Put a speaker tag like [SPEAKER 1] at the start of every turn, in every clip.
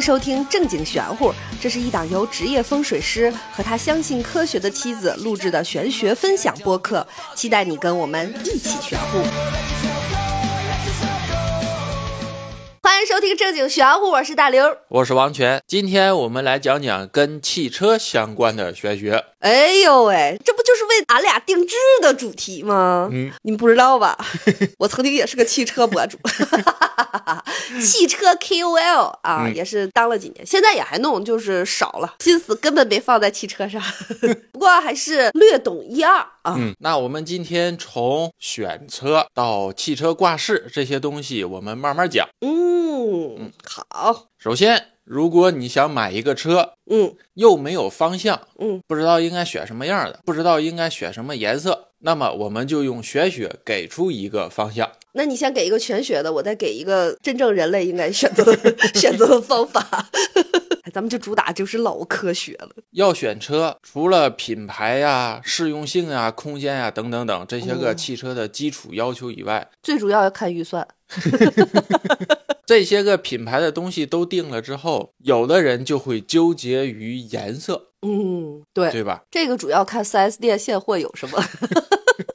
[SPEAKER 1] 收听《正经玄乎》，这是一档由职业风水师和他相信科学的妻子录制的玄学分享播客，期待你跟我们一起玄乎。欢迎收听《正经玄乎》，我是大刘。
[SPEAKER 2] 我是王权，今天我们来讲讲跟汽车相关的玄学。
[SPEAKER 1] 哎呦喂，这不就是为俺俩定制的主题吗？
[SPEAKER 2] 嗯，
[SPEAKER 1] 你们不知道吧？ 我曾经也是个汽车博主， 汽车 KOL 啊，
[SPEAKER 2] 嗯
[SPEAKER 1] 也是当了几年，现在也还弄，就是少了心思，根本没放在汽车上。 不过还是略懂一二啊。
[SPEAKER 2] 嗯，那我们今天从选车到汽车挂饰这些东西，我们慢慢讲。
[SPEAKER 1] 嗯，好，
[SPEAKER 2] 首先，如果你想买一个车，
[SPEAKER 1] 嗯
[SPEAKER 2] 又没有方向，
[SPEAKER 1] 嗯，
[SPEAKER 2] 不知道应该选什么样的，不知道应该选什么颜色，那么我们就用玄学给出一个方向。
[SPEAKER 1] 那你先给一个全学的，我再给一个真正人类应该选择的 选择的方法。 咱们就主打就是老科学了。
[SPEAKER 2] 要选车，除了品牌呀、适用性啊、空间呀、等等等这些个
[SPEAKER 1] 嗯
[SPEAKER 2] 汽车的基础要求以外，
[SPEAKER 1] 最主要要看预算。
[SPEAKER 2] 这些个品牌的东西都定了之后，有的人就会纠结于颜色，
[SPEAKER 1] 嗯，对，
[SPEAKER 2] 对吧？
[SPEAKER 1] 这个主要看 4S 店现货有什么。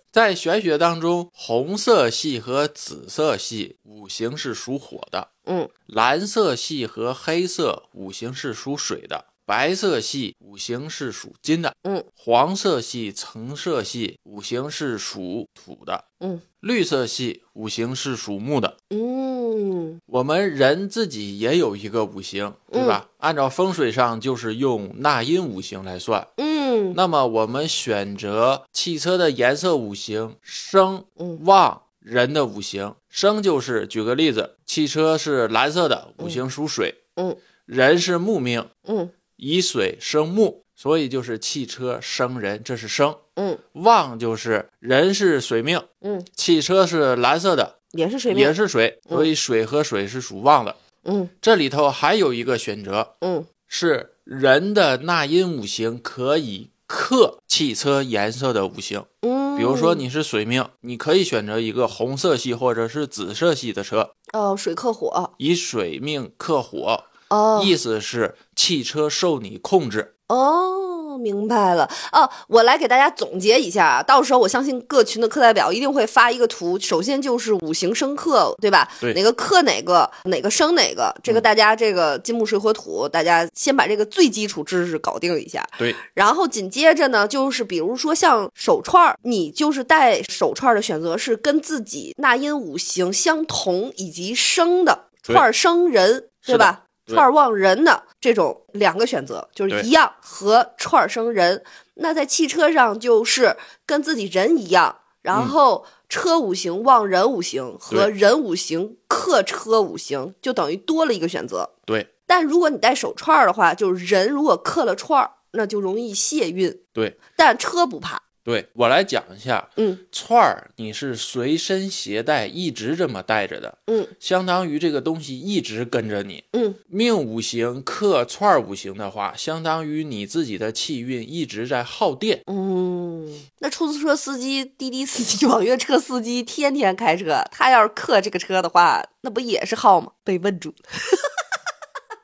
[SPEAKER 2] 在玄学当中，红色系和紫色系五行是属火的，
[SPEAKER 1] 嗯
[SPEAKER 2] 蓝色系和黑色五行是属水的，白色系五行是属金的，
[SPEAKER 1] 嗯，
[SPEAKER 2] 黄色系、橙色系五行是属土的，
[SPEAKER 1] 嗯
[SPEAKER 2] 绿色系五行是属木的。
[SPEAKER 1] 嗯，
[SPEAKER 2] 我们人自己也有一个五行，对吧？按照风水上就是用纳音五行来算。
[SPEAKER 1] 嗯
[SPEAKER 2] 那么我们选择汽车的颜色五行，生
[SPEAKER 1] 嗯
[SPEAKER 2] 旺人的五行，生就是举个例子，汽车是蓝色的，五行属水，
[SPEAKER 1] 嗯
[SPEAKER 2] 人是木命，
[SPEAKER 1] 嗯
[SPEAKER 2] 以水生木，所以就是汽车生人，这是生。
[SPEAKER 1] 嗯
[SPEAKER 2] 旺就是人是水命，
[SPEAKER 1] 嗯，
[SPEAKER 2] 汽车是蓝色的，
[SPEAKER 1] 也是水
[SPEAKER 2] 也
[SPEAKER 1] 面。
[SPEAKER 2] 是水，
[SPEAKER 1] 嗯
[SPEAKER 2] 所以水和水是属旺的。
[SPEAKER 1] 嗯
[SPEAKER 2] 这里头还有一个选择
[SPEAKER 1] 嗯
[SPEAKER 2] 是人的纳音五行可以克汽车颜色的五行。
[SPEAKER 1] 嗯，
[SPEAKER 2] 比如说你是水命，你可以选择一个红色系或者是紫色系的车，
[SPEAKER 1] 哦，水克火
[SPEAKER 2] 以水命克火，
[SPEAKER 1] 哦
[SPEAKER 2] 意思是汽车受你控制。
[SPEAKER 1] 哦，明白了哦。我来给大家总结一下啊，到时候我相信各群的课代表一定会发一个图，首先就是五行生克，对吧？
[SPEAKER 2] 对
[SPEAKER 1] 哪个克哪个，哪个生哪个，这个
[SPEAKER 2] 嗯
[SPEAKER 1] 大家这个金木水火土，大家先把这个最基础知识搞定一下。
[SPEAKER 2] 对，
[SPEAKER 1] 然后紧接着呢，就是比如说像手串儿，你就是戴手串儿的选择是跟自己纳音五行相同以及生的
[SPEAKER 2] 对
[SPEAKER 1] 串儿生人，对
[SPEAKER 2] 是的
[SPEAKER 1] 吧？
[SPEAKER 2] 对
[SPEAKER 1] 串儿旺人的这种两个选择就是
[SPEAKER 2] 对
[SPEAKER 1] 一样和串儿生人。那在汽车上就是跟自己人一样，然后车五行旺人五行和
[SPEAKER 2] 嗯对
[SPEAKER 1] 人五行克车五行，就等于多了一个选择。
[SPEAKER 2] 对，
[SPEAKER 1] 但如果你戴手串儿的话，就是人如果克了串儿，那就容易泄运。
[SPEAKER 2] 对，
[SPEAKER 1] 但车不怕。
[SPEAKER 2] 对我来讲一下，
[SPEAKER 1] 嗯
[SPEAKER 2] 串儿你是随身携带，一直这么带着的，
[SPEAKER 1] 嗯
[SPEAKER 2] 相当于这个东西一直跟着你。
[SPEAKER 1] 嗯
[SPEAKER 2] 命五行克串儿五行的话，相当于你自己的气运一直在耗电。
[SPEAKER 1] 嗯。那出租车司机、滴滴司机、网约车司机天天开车，他要是克这个车的话，那不也是号吗？被问住。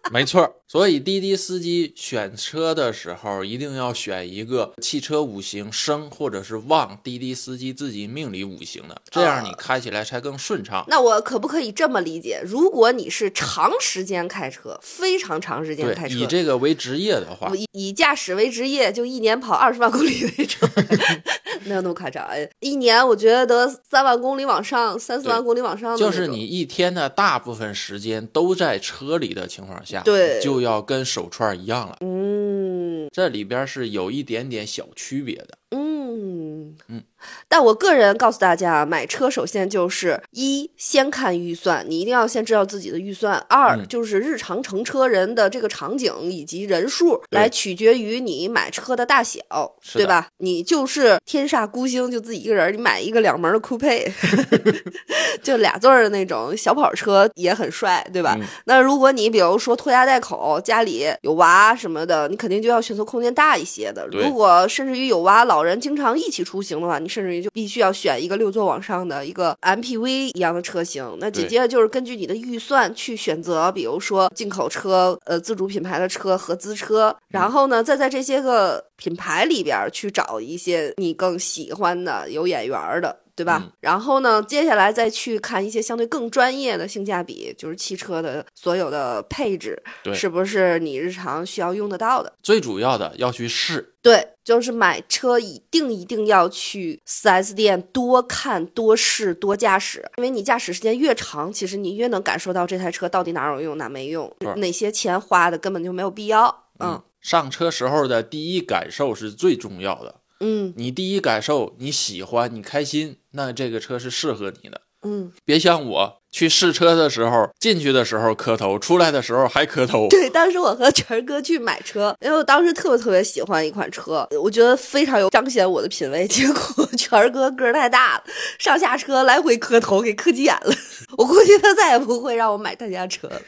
[SPEAKER 2] 没错儿，所以滴滴司机选车的时候一定要选一个汽车五行生或者是旺，滴滴司机自己命里五行的，这样你开起来才更顺畅。
[SPEAKER 1] 那我可不可以这么理解？如果你是长时间开车，非常长时间
[SPEAKER 2] 对
[SPEAKER 1] 开，车，
[SPEAKER 2] 以这个为职业的话
[SPEAKER 1] 我，以以驾驶为职业，就一年跑二十万公里那 种，没有那么夸张。哎一年我觉得三万公里往上，三四万
[SPEAKER 2] 对
[SPEAKER 1] 公里往上的
[SPEAKER 2] 就
[SPEAKER 1] 那
[SPEAKER 2] 是
[SPEAKER 1] 种
[SPEAKER 2] 你一天的大部分时间都在车里的情况下，
[SPEAKER 1] 对
[SPEAKER 2] 就要跟手串儿一样了。
[SPEAKER 1] 嗯
[SPEAKER 2] 这里边是有一点点小区别的。
[SPEAKER 1] 嗯
[SPEAKER 2] 嗯。
[SPEAKER 1] 但我个人告诉大家，买车首先就是一，先看预算，你一定要先知道自己的预算；二，
[SPEAKER 2] 嗯
[SPEAKER 1] 就是日常乘车人的这个场景以及人数，
[SPEAKER 2] 对
[SPEAKER 1] 来取决于你买车的大小，
[SPEAKER 2] 是
[SPEAKER 1] 对
[SPEAKER 2] 的
[SPEAKER 1] 吧？你就是天煞孤星，就自己一个人，你买一个两门的酷配， 就俩座儿的那种小跑车也很帅，对吧？
[SPEAKER 2] 嗯
[SPEAKER 1] 那如果你比如说拖家带口，家里有娃什么的，你肯定就要选择空间大一些的。
[SPEAKER 2] 对
[SPEAKER 1] 如果甚至于有娃、老人经常一起出行的话，你甚至于就必须要选一个六座往上的一个 MPV 一样的车型。那紧接着就是根据你的预算去选择，比如说进口车、呃自主品牌的车、合资车，
[SPEAKER 2] 嗯
[SPEAKER 1] 然后呢，再在这些个品牌里边儿去找一些你更喜欢的、有眼缘儿的。对吧？
[SPEAKER 2] 嗯
[SPEAKER 1] 然后呢，接下来再去看一些相对更专业的性价比，就是汽车的所有的配置
[SPEAKER 2] 对
[SPEAKER 1] 是不是你日常需要用得到的？
[SPEAKER 2] 最主要的要去试，
[SPEAKER 1] 对，就是买车一定一定要去 4S 店多看、多试、多驾驶，因为你驾驶时间越长，其实你越能感受到这台车到底哪儿有用、哪没用
[SPEAKER 2] 是，
[SPEAKER 1] 哪些钱花的根本就没有必要。嗯
[SPEAKER 2] 嗯，上车时候的第一感受是最重要的。
[SPEAKER 1] 嗯
[SPEAKER 2] 你第一感受你喜欢，你开心，那这个车是适合你的。
[SPEAKER 1] 嗯，
[SPEAKER 2] 别像我去试车的时候，进去的时候磕头，出来的时候还磕头。
[SPEAKER 1] 对，当时我和晨哥去买车，因为我当时特别特别喜欢一款车，我觉得非常有彰显我的品味。结果晨哥个儿太大了，上下车来回磕头，给磕急眼了。我估计他再也不会让我买他家车了。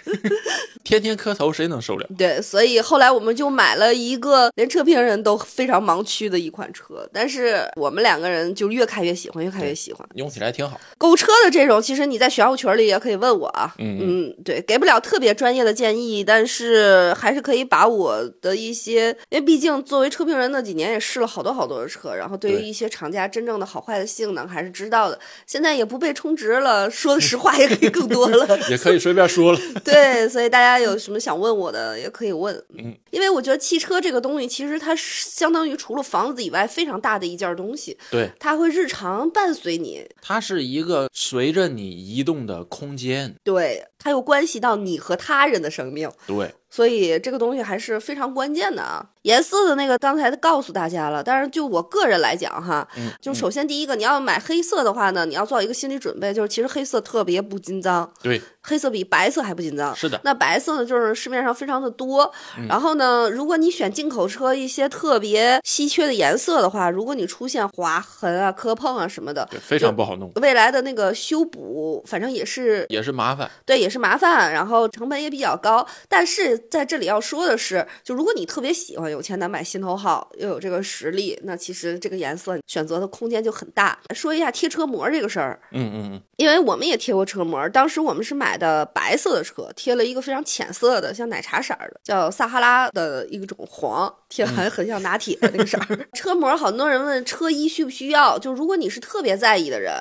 [SPEAKER 2] 天天磕头谁能受了？
[SPEAKER 1] 对，所以后来我们就买了一个连车评人都非常盲区的一款车，但是我们两个人就越开越喜欢，越开越喜欢。
[SPEAKER 2] 用起来挺好。
[SPEAKER 1] 购车的这种，其实你在选购群里也可以问我啊。
[SPEAKER 2] 嗯
[SPEAKER 1] 对，给不了特别专业的建议，但是还是可以把我的一些，因为毕竟作为车评人那几年也试了好多好多的车，然后对于
[SPEAKER 2] 对
[SPEAKER 1] 一些厂家真正的好坏的性能还是知道的。现在也不被充值了，说的实话也可以更多了。
[SPEAKER 2] 也可以随便说了。
[SPEAKER 1] 对，所以大家有什么想问我的也可以问，
[SPEAKER 2] 嗯，
[SPEAKER 1] 因为我觉得汽车这个东西其实它是相当于除了房子以外非常大的一件东西，
[SPEAKER 2] 对，
[SPEAKER 1] 它会日常伴随你，
[SPEAKER 2] 它是一个随着你移动的空间。
[SPEAKER 1] 对，它又关系到你和他人的生命，
[SPEAKER 2] 对，
[SPEAKER 1] 所以这个东西还是非常关键的啊。颜色的那个刚才告诉大家了，但是就我个人来讲哈，
[SPEAKER 2] 嗯，
[SPEAKER 1] 就
[SPEAKER 2] 嗯
[SPEAKER 1] 首先第一个你要买黑色的话呢，你要做好一个心理准备，就是其实黑色特别不紧张，
[SPEAKER 2] 对，
[SPEAKER 1] 黑色比白色还不紧张。
[SPEAKER 2] 是的，
[SPEAKER 1] 那白色呢，就是市面上非常的多。
[SPEAKER 2] 嗯
[SPEAKER 1] 然后呢，如果你选进口车一些特别稀缺的颜色的话，如果你出现划痕啊、磕碰啊什么的，
[SPEAKER 2] 对，非常不好弄，
[SPEAKER 1] 未来的那个修补，反正也是
[SPEAKER 2] 也是麻烦。
[SPEAKER 1] 对，也是麻烦，然后成本也比较高。但是在这里要说的是，就如果你特别喜欢，有钱难买心头好，又有这个实力，那其实这个颜色选择的空间就很大。说一下贴车膜这个事儿，
[SPEAKER 2] 嗯嗯嗯，
[SPEAKER 1] 因为我们也贴过车膜，当时我们是买的白色的车，贴了一个非常浅色的，像奶茶色儿的，叫撒哈拉的一种黄，贴完很像拿铁的那个色儿。 车膜，很多人问车衣需不需要，就如果你是特别在意的人，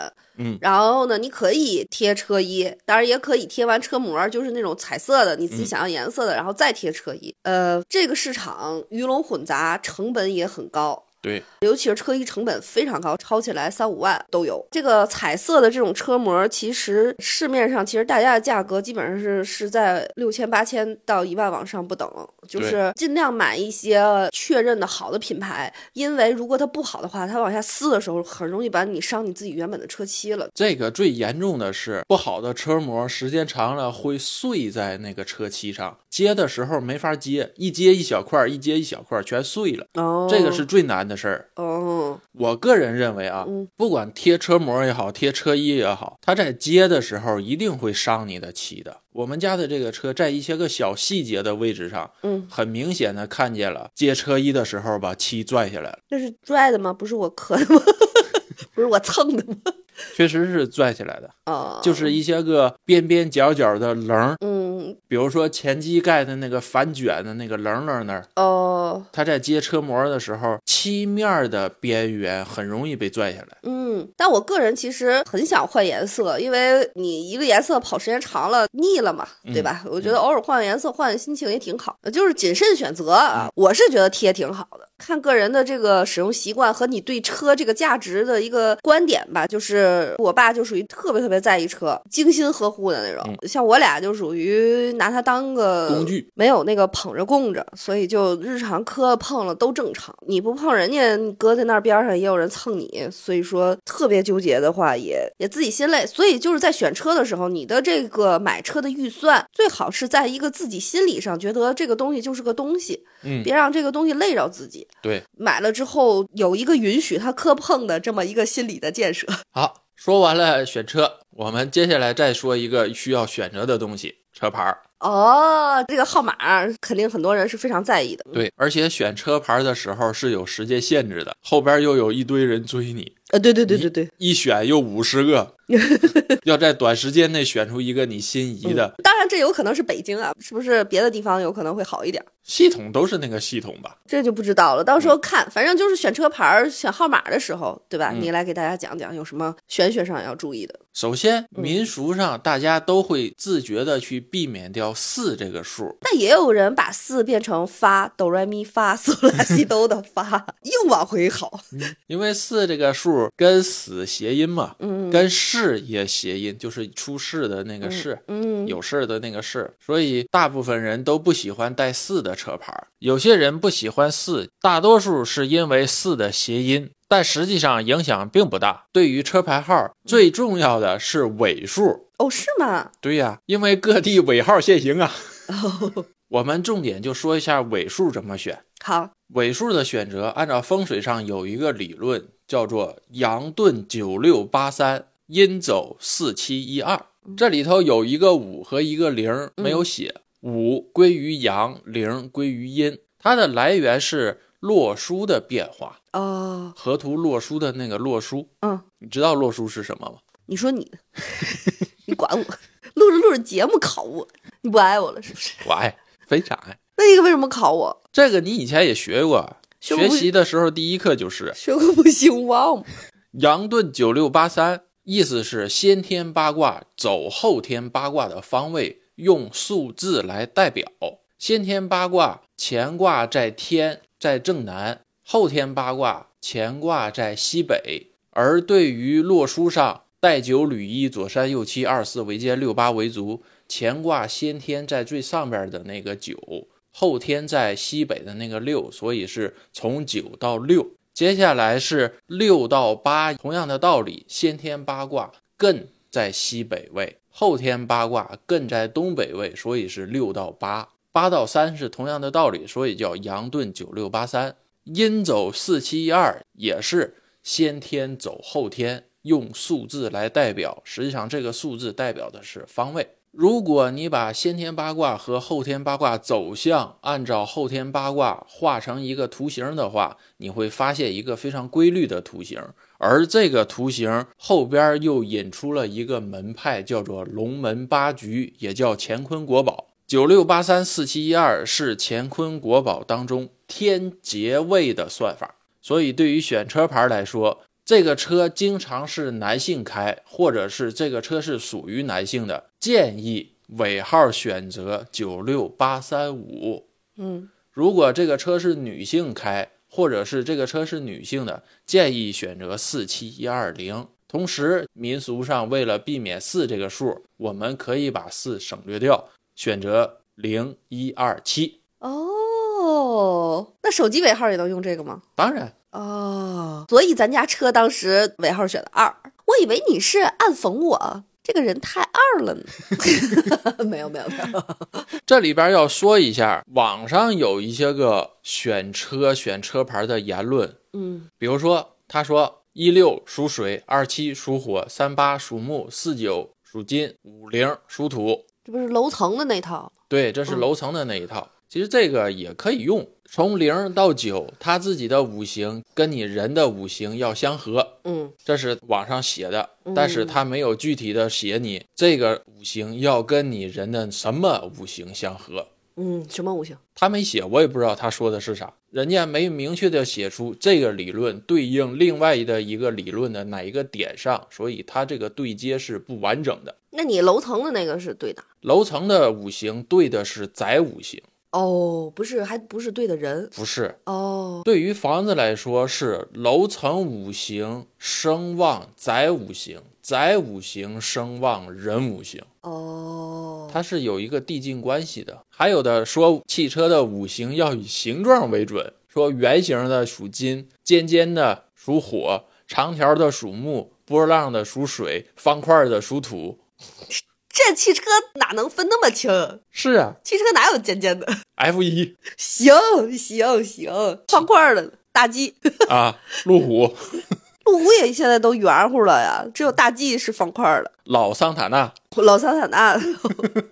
[SPEAKER 2] 嗯
[SPEAKER 1] 然后呢，你可以贴车衣，当然也可以贴完车膜，就是那种彩色的，你自己
[SPEAKER 2] 嗯
[SPEAKER 1] 想要颜色的，然后再贴车衣。呃，这个市场鱼龙混杂，成本也很高，
[SPEAKER 2] 对，
[SPEAKER 1] 尤其是车衣成本非常高，超起来三五万都有。这个彩色的这种车膜，其实市面上其实大家的价格基本上是是在六千、八千到一万往上不等，就是尽量买一些确认的好的品牌，因为如果它不好的话，它往下撕的时候很容易把你伤你自己原本的车漆了。
[SPEAKER 2] 这个最严重的是不好的车膜，时间长了会碎在那个车漆上，接的时候没法接，一接一小块儿，一接一小块儿，全碎了。
[SPEAKER 1] 哦，
[SPEAKER 2] 这个是最难的事儿。
[SPEAKER 1] 哦，
[SPEAKER 2] 我个人认为啊
[SPEAKER 1] 嗯，
[SPEAKER 2] 不管贴车膜也好，贴车衣也好，它在接的时候一定会伤你的漆的。我们家的这个车在一些个小细节的位置上，
[SPEAKER 1] 嗯，
[SPEAKER 2] 很明显的看见了，接车衣的时候把漆拽下来了，
[SPEAKER 1] 这是拽的吗？不是我磕的 吗？不是我蹭的吗？
[SPEAKER 2] 确实是拽起来的，
[SPEAKER 1] 哦，
[SPEAKER 2] 就是一些个边边角角的棱儿，
[SPEAKER 1] 嗯
[SPEAKER 2] 比如说前机盖的那个反卷的那个棱棱那儿，
[SPEAKER 1] 哦
[SPEAKER 2] 它在接车膜的时候，漆面的边缘很容易被拽下来。
[SPEAKER 1] 嗯，但我个人其实很想换颜色，因为你一个颜色跑时间长了腻了嘛，
[SPEAKER 2] 嗯
[SPEAKER 1] 对吧？我觉得偶尔换颜色，换心情也挺好，就是谨慎选择
[SPEAKER 2] 嗯
[SPEAKER 1] 啊。我是觉得贴挺好的，看个人的这个使用习惯和你对车这个价值的一个观点吧。就是我爸就属于特别特别在意车，精心呵护的那种，像我俩就属于拿它当个
[SPEAKER 2] 嗯工具，
[SPEAKER 1] 没有那个捧着供着，所以就日常磕碰了都正常。你不碰人家，你搁在那儿边上也有人蹭你，所以说特别纠结的话也也自己心累。所以就是在选车的时候，你的这个买车的预算最好是在一个自己心理上觉得这个东西就是个东西，
[SPEAKER 2] 嗯，
[SPEAKER 1] 别让这个东西累着自己。
[SPEAKER 2] 对。
[SPEAKER 1] 买了之后有一个允许他磕碰的这么一个心理的建设。
[SPEAKER 2] 好，说完了选车，我们接下来再说一个需要选择的东西——车牌儿。
[SPEAKER 1] 哦，这个号码肯定很多人是非常在意的。
[SPEAKER 2] 对，而且选车牌的时候是有时间限制的，后边又有一堆人追你，
[SPEAKER 1] 呃，对对对对对。
[SPEAKER 2] 一选又五十 个，要在短时间内选出一个你心仪的
[SPEAKER 1] 嗯当然，这有可能是北京啊，是不是别的地方有可能会好一点？
[SPEAKER 2] 系统，都是那个系统吧？
[SPEAKER 1] 这就不知道了，到时候
[SPEAKER 2] 嗯
[SPEAKER 1] 看，反正就是选车牌儿、选号码的时候，对吧？你来给大家讲讲有什么玄学上要注意的。
[SPEAKER 2] 首先，
[SPEAKER 1] 嗯
[SPEAKER 2] 民俗上大家都会自觉的去避免掉四这个数，
[SPEAKER 1] 但也有人把四变成发，哆来咪发嗦拉 西哆的发，硬往回好。
[SPEAKER 2] 因为四这个数跟死谐音嘛，
[SPEAKER 1] 嗯
[SPEAKER 2] 跟世也谐音，就是出世的那个世。
[SPEAKER 1] 嗯，
[SPEAKER 2] 有事的那个事，所以大部分人都不喜欢带四的车牌儿。有些人不喜欢四，大多数是因为四的谐音，但实际上影响并不大。对于车牌号，最重要的是尾数。
[SPEAKER 1] 哦，是吗？
[SPEAKER 2] 对呀、因为各地尾号限行啊。
[SPEAKER 1] 哦，
[SPEAKER 2] 我们重点就说一下尾数怎么选。
[SPEAKER 1] 好，
[SPEAKER 2] 尾数的选择，按照风水上有一个理论，叫做阳遁九六八三，阴走四七一二。这里头有一个五和一个零没有写，五归于阳，零归于阴。它的来源是洛书的变化，
[SPEAKER 1] 哦，
[SPEAKER 2] 河图洛书的那个洛书。
[SPEAKER 1] 嗯，
[SPEAKER 2] 你知道洛书是什么吗？
[SPEAKER 1] 你说 你的，你管我，录着录着节目考我，你不爱我了是不是？
[SPEAKER 2] 我爱，非常爱。
[SPEAKER 1] 那你为什么考我？
[SPEAKER 2] 这个你以前也学过，
[SPEAKER 1] 学
[SPEAKER 2] 学
[SPEAKER 1] 过
[SPEAKER 2] 习的时候第一课就是
[SPEAKER 1] 学个不兴旺吗？
[SPEAKER 2] 阳遁九六八三，意思是先天八卦走后天八卦的方位，用数字来代表。先天八卦乾卦在天，在正南；后天八卦乾卦在西北。而对于洛书上带九履一，左山右七，二四为肩，六八为足，乾卦先天在最上边的那个九，后天在西北的那个六，所以是从九到六。接下来是六到八，同样的道理，先天八卦艮在西北位，后天八卦艮在东北位，所以是六到八。八到三是同样的道理，所以叫阳遁九六八三。阴走四七一二也是先天走后天，用数字来代表。实际上，这个数字代表的是方位。如果你把先天八卦和后天八卦走向按照后天八卦画成一个图形的话，你会发现一个非常规律的图形，而这个图形后边又引出了一个门派，叫做龙门八局，也叫乾坤国宝。九六八三四七一二是乾坤国宝当中天劫位的算法，所以对于选车牌来说，这个车经常是男性开，或者是这个车是属于男性的，建议尾号选择九六八三五。
[SPEAKER 1] 嗯，
[SPEAKER 2] 如果这个车是女性开，或者是这个车是女性的，建议选择四七一二零。同时，民俗上为了避免四这个数，我们可以把四省略掉，选择零一二七。
[SPEAKER 1] 哦，那手机尾号也能用这个吗？
[SPEAKER 2] 当然，
[SPEAKER 1] 哦，所以咱家车当时尾号选的二，我以为你是暗讽我这个人太二了呢。 没有没有没有，
[SPEAKER 2] 这里边要说一下，网上有一些个选车、选车牌的言论，
[SPEAKER 1] 嗯
[SPEAKER 2] 比如说，他说一六属水，二七属火，三八属木，四九属金，五零属土。
[SPEAKER 1] 这不是楼层的那套吗
[SPEAKER 2] 对，这是
[SPEAKER 1] 嗯
[SPEAKER 2] 楼层的那一套。其实这个也可以用，从零到九，他自己的五行跟你人的五行要相合，
[SPEAKER 1] 嗯
[SPEAKER 2] 这是网上写的
[SPEAKER 1] 嗯，
[SPEAKER 2] 但是他没有具体的写你这个五行要跟你人的什么五行相合。
[SPEAKER 1] 嗯，什么五行？
[SPEAKER 2] 他没写，我也不知道他说的是啥。人家没明确的写出这个理论对应另外的一个理论的哪一个点上，所以他这个对接是不完整的。
[SPEAKER 1] 那你楼层的那个是对的
[SPEAKER 2] 楼层的五行对的是宅五行，
[SPEAKER 1] 哦，不是，还不是对的人
[SPEAKER 2] 不是
[SPEAKER 1] 哦。
[SPEAKER 2] 对于房子来说是楼层五行生旺宅五行，宅五行生旺人五行，
[SPEAKER 1] 哦，
[SPEAKER 2] 它是有一个递进关系的。还有的说汽车的五行要以形状为准，说圆形的属金，尖尖的属火，长条的属木，波浪的属水，方块的属土。
[SPEAKER 1] 这汽车哪能分那么清？
[SPEAKER 2] 是啊
[SPEAKER 1] 汽车哪有尖尖的？
[SPEAKER 2] ，F 一
[SPEAKER 1] 行行行，方块儿的大 G，
[SPEAKER 2] 啊，路虎、
[SPEAKER 1] 路虎也现在都圆乎了呀，只有大 G 是方块儿的。
[SPEAKER 2] 老桑塔纳，
[SPEAKER 1] 老桑塔纳，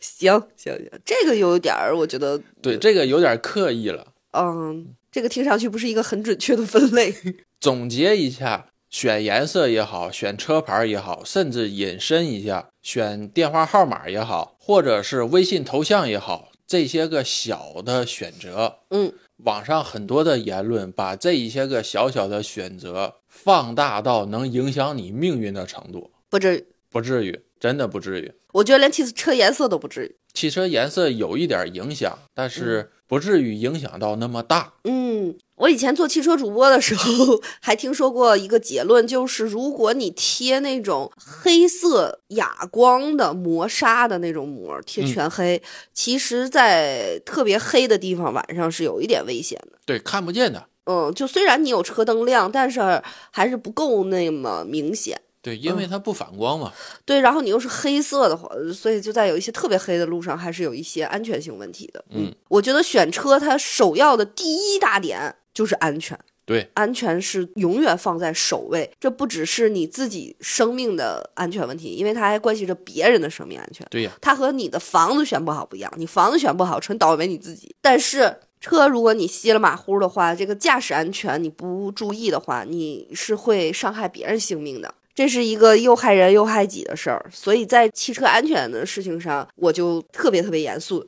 [SPEAKER 1] 行行行，这个有点儿，我觉得，
[SPEAKER 2] 对这个有点刻意了。
[SPEAKER 1] 嗯，这个听上去不是一个很准确的分类。
[SPEAKER 2] 总结一下，选颜色也好，选车牌也好，甚至引申一下，选电话号码也好，或者是微信头像也好，这些个小的选择，
[SPEAKER 1] 嗯，
[SPEAKER 2] 网上很多的言论把这一些个小小的选择放大到能影响你命运的程度，
[SPEAKER 1] 不至于。
[SPEAKER 2] 不至于，真的不至于。
[SPEAKER 1] 我觉得连汽车颜色都不至于。
[SPEAKER 2] 汽车颜色有一点影响，但是不至于影响到那么大。
[SPEAKER 1] 嗯，我以前做汽车主播的时候， 还听说过一个结论，就是如果你贴那种黑色哑光的磨砂的那种膜，贴全黑，其实在特别黑的地方晚上是有一点危险的。
[SPEAKER 2] 对，看不见的。
[SPEAKER 1] 嗯，就虽然你有车灯亮，但是还是不够那么明显。
[SPEAKER 2] 对，因为它不反光嘛。
[SPEAKER 1] 对，然后你又是黑色的话，呃所以就在有一些特别黑的路上，还是有一些安全性问题的。
[SPEAKER 2] 嗯，
[SPEAKER 1] 我觉得选车它首要的第一大点就是安全，
[SPEAKER 2] 对，
[SPEAKER 1] 安全是永远放在首位。这不只是你自己生命的安全问题，因为它还关系着别人的生命安全。
[SPEAKER 2] 对呀，
[SPEAKER 1] 它和你的房子选不好不一样，你房子选不好，纯倒霉你自己。但是车，如果你稀了马虎的话，这个驾驶安全你不注意的话，你是会伤害别人性命的。这是一个又害人又害己的事儿，所以在汽车安全的事情上，我就特别特别严肃。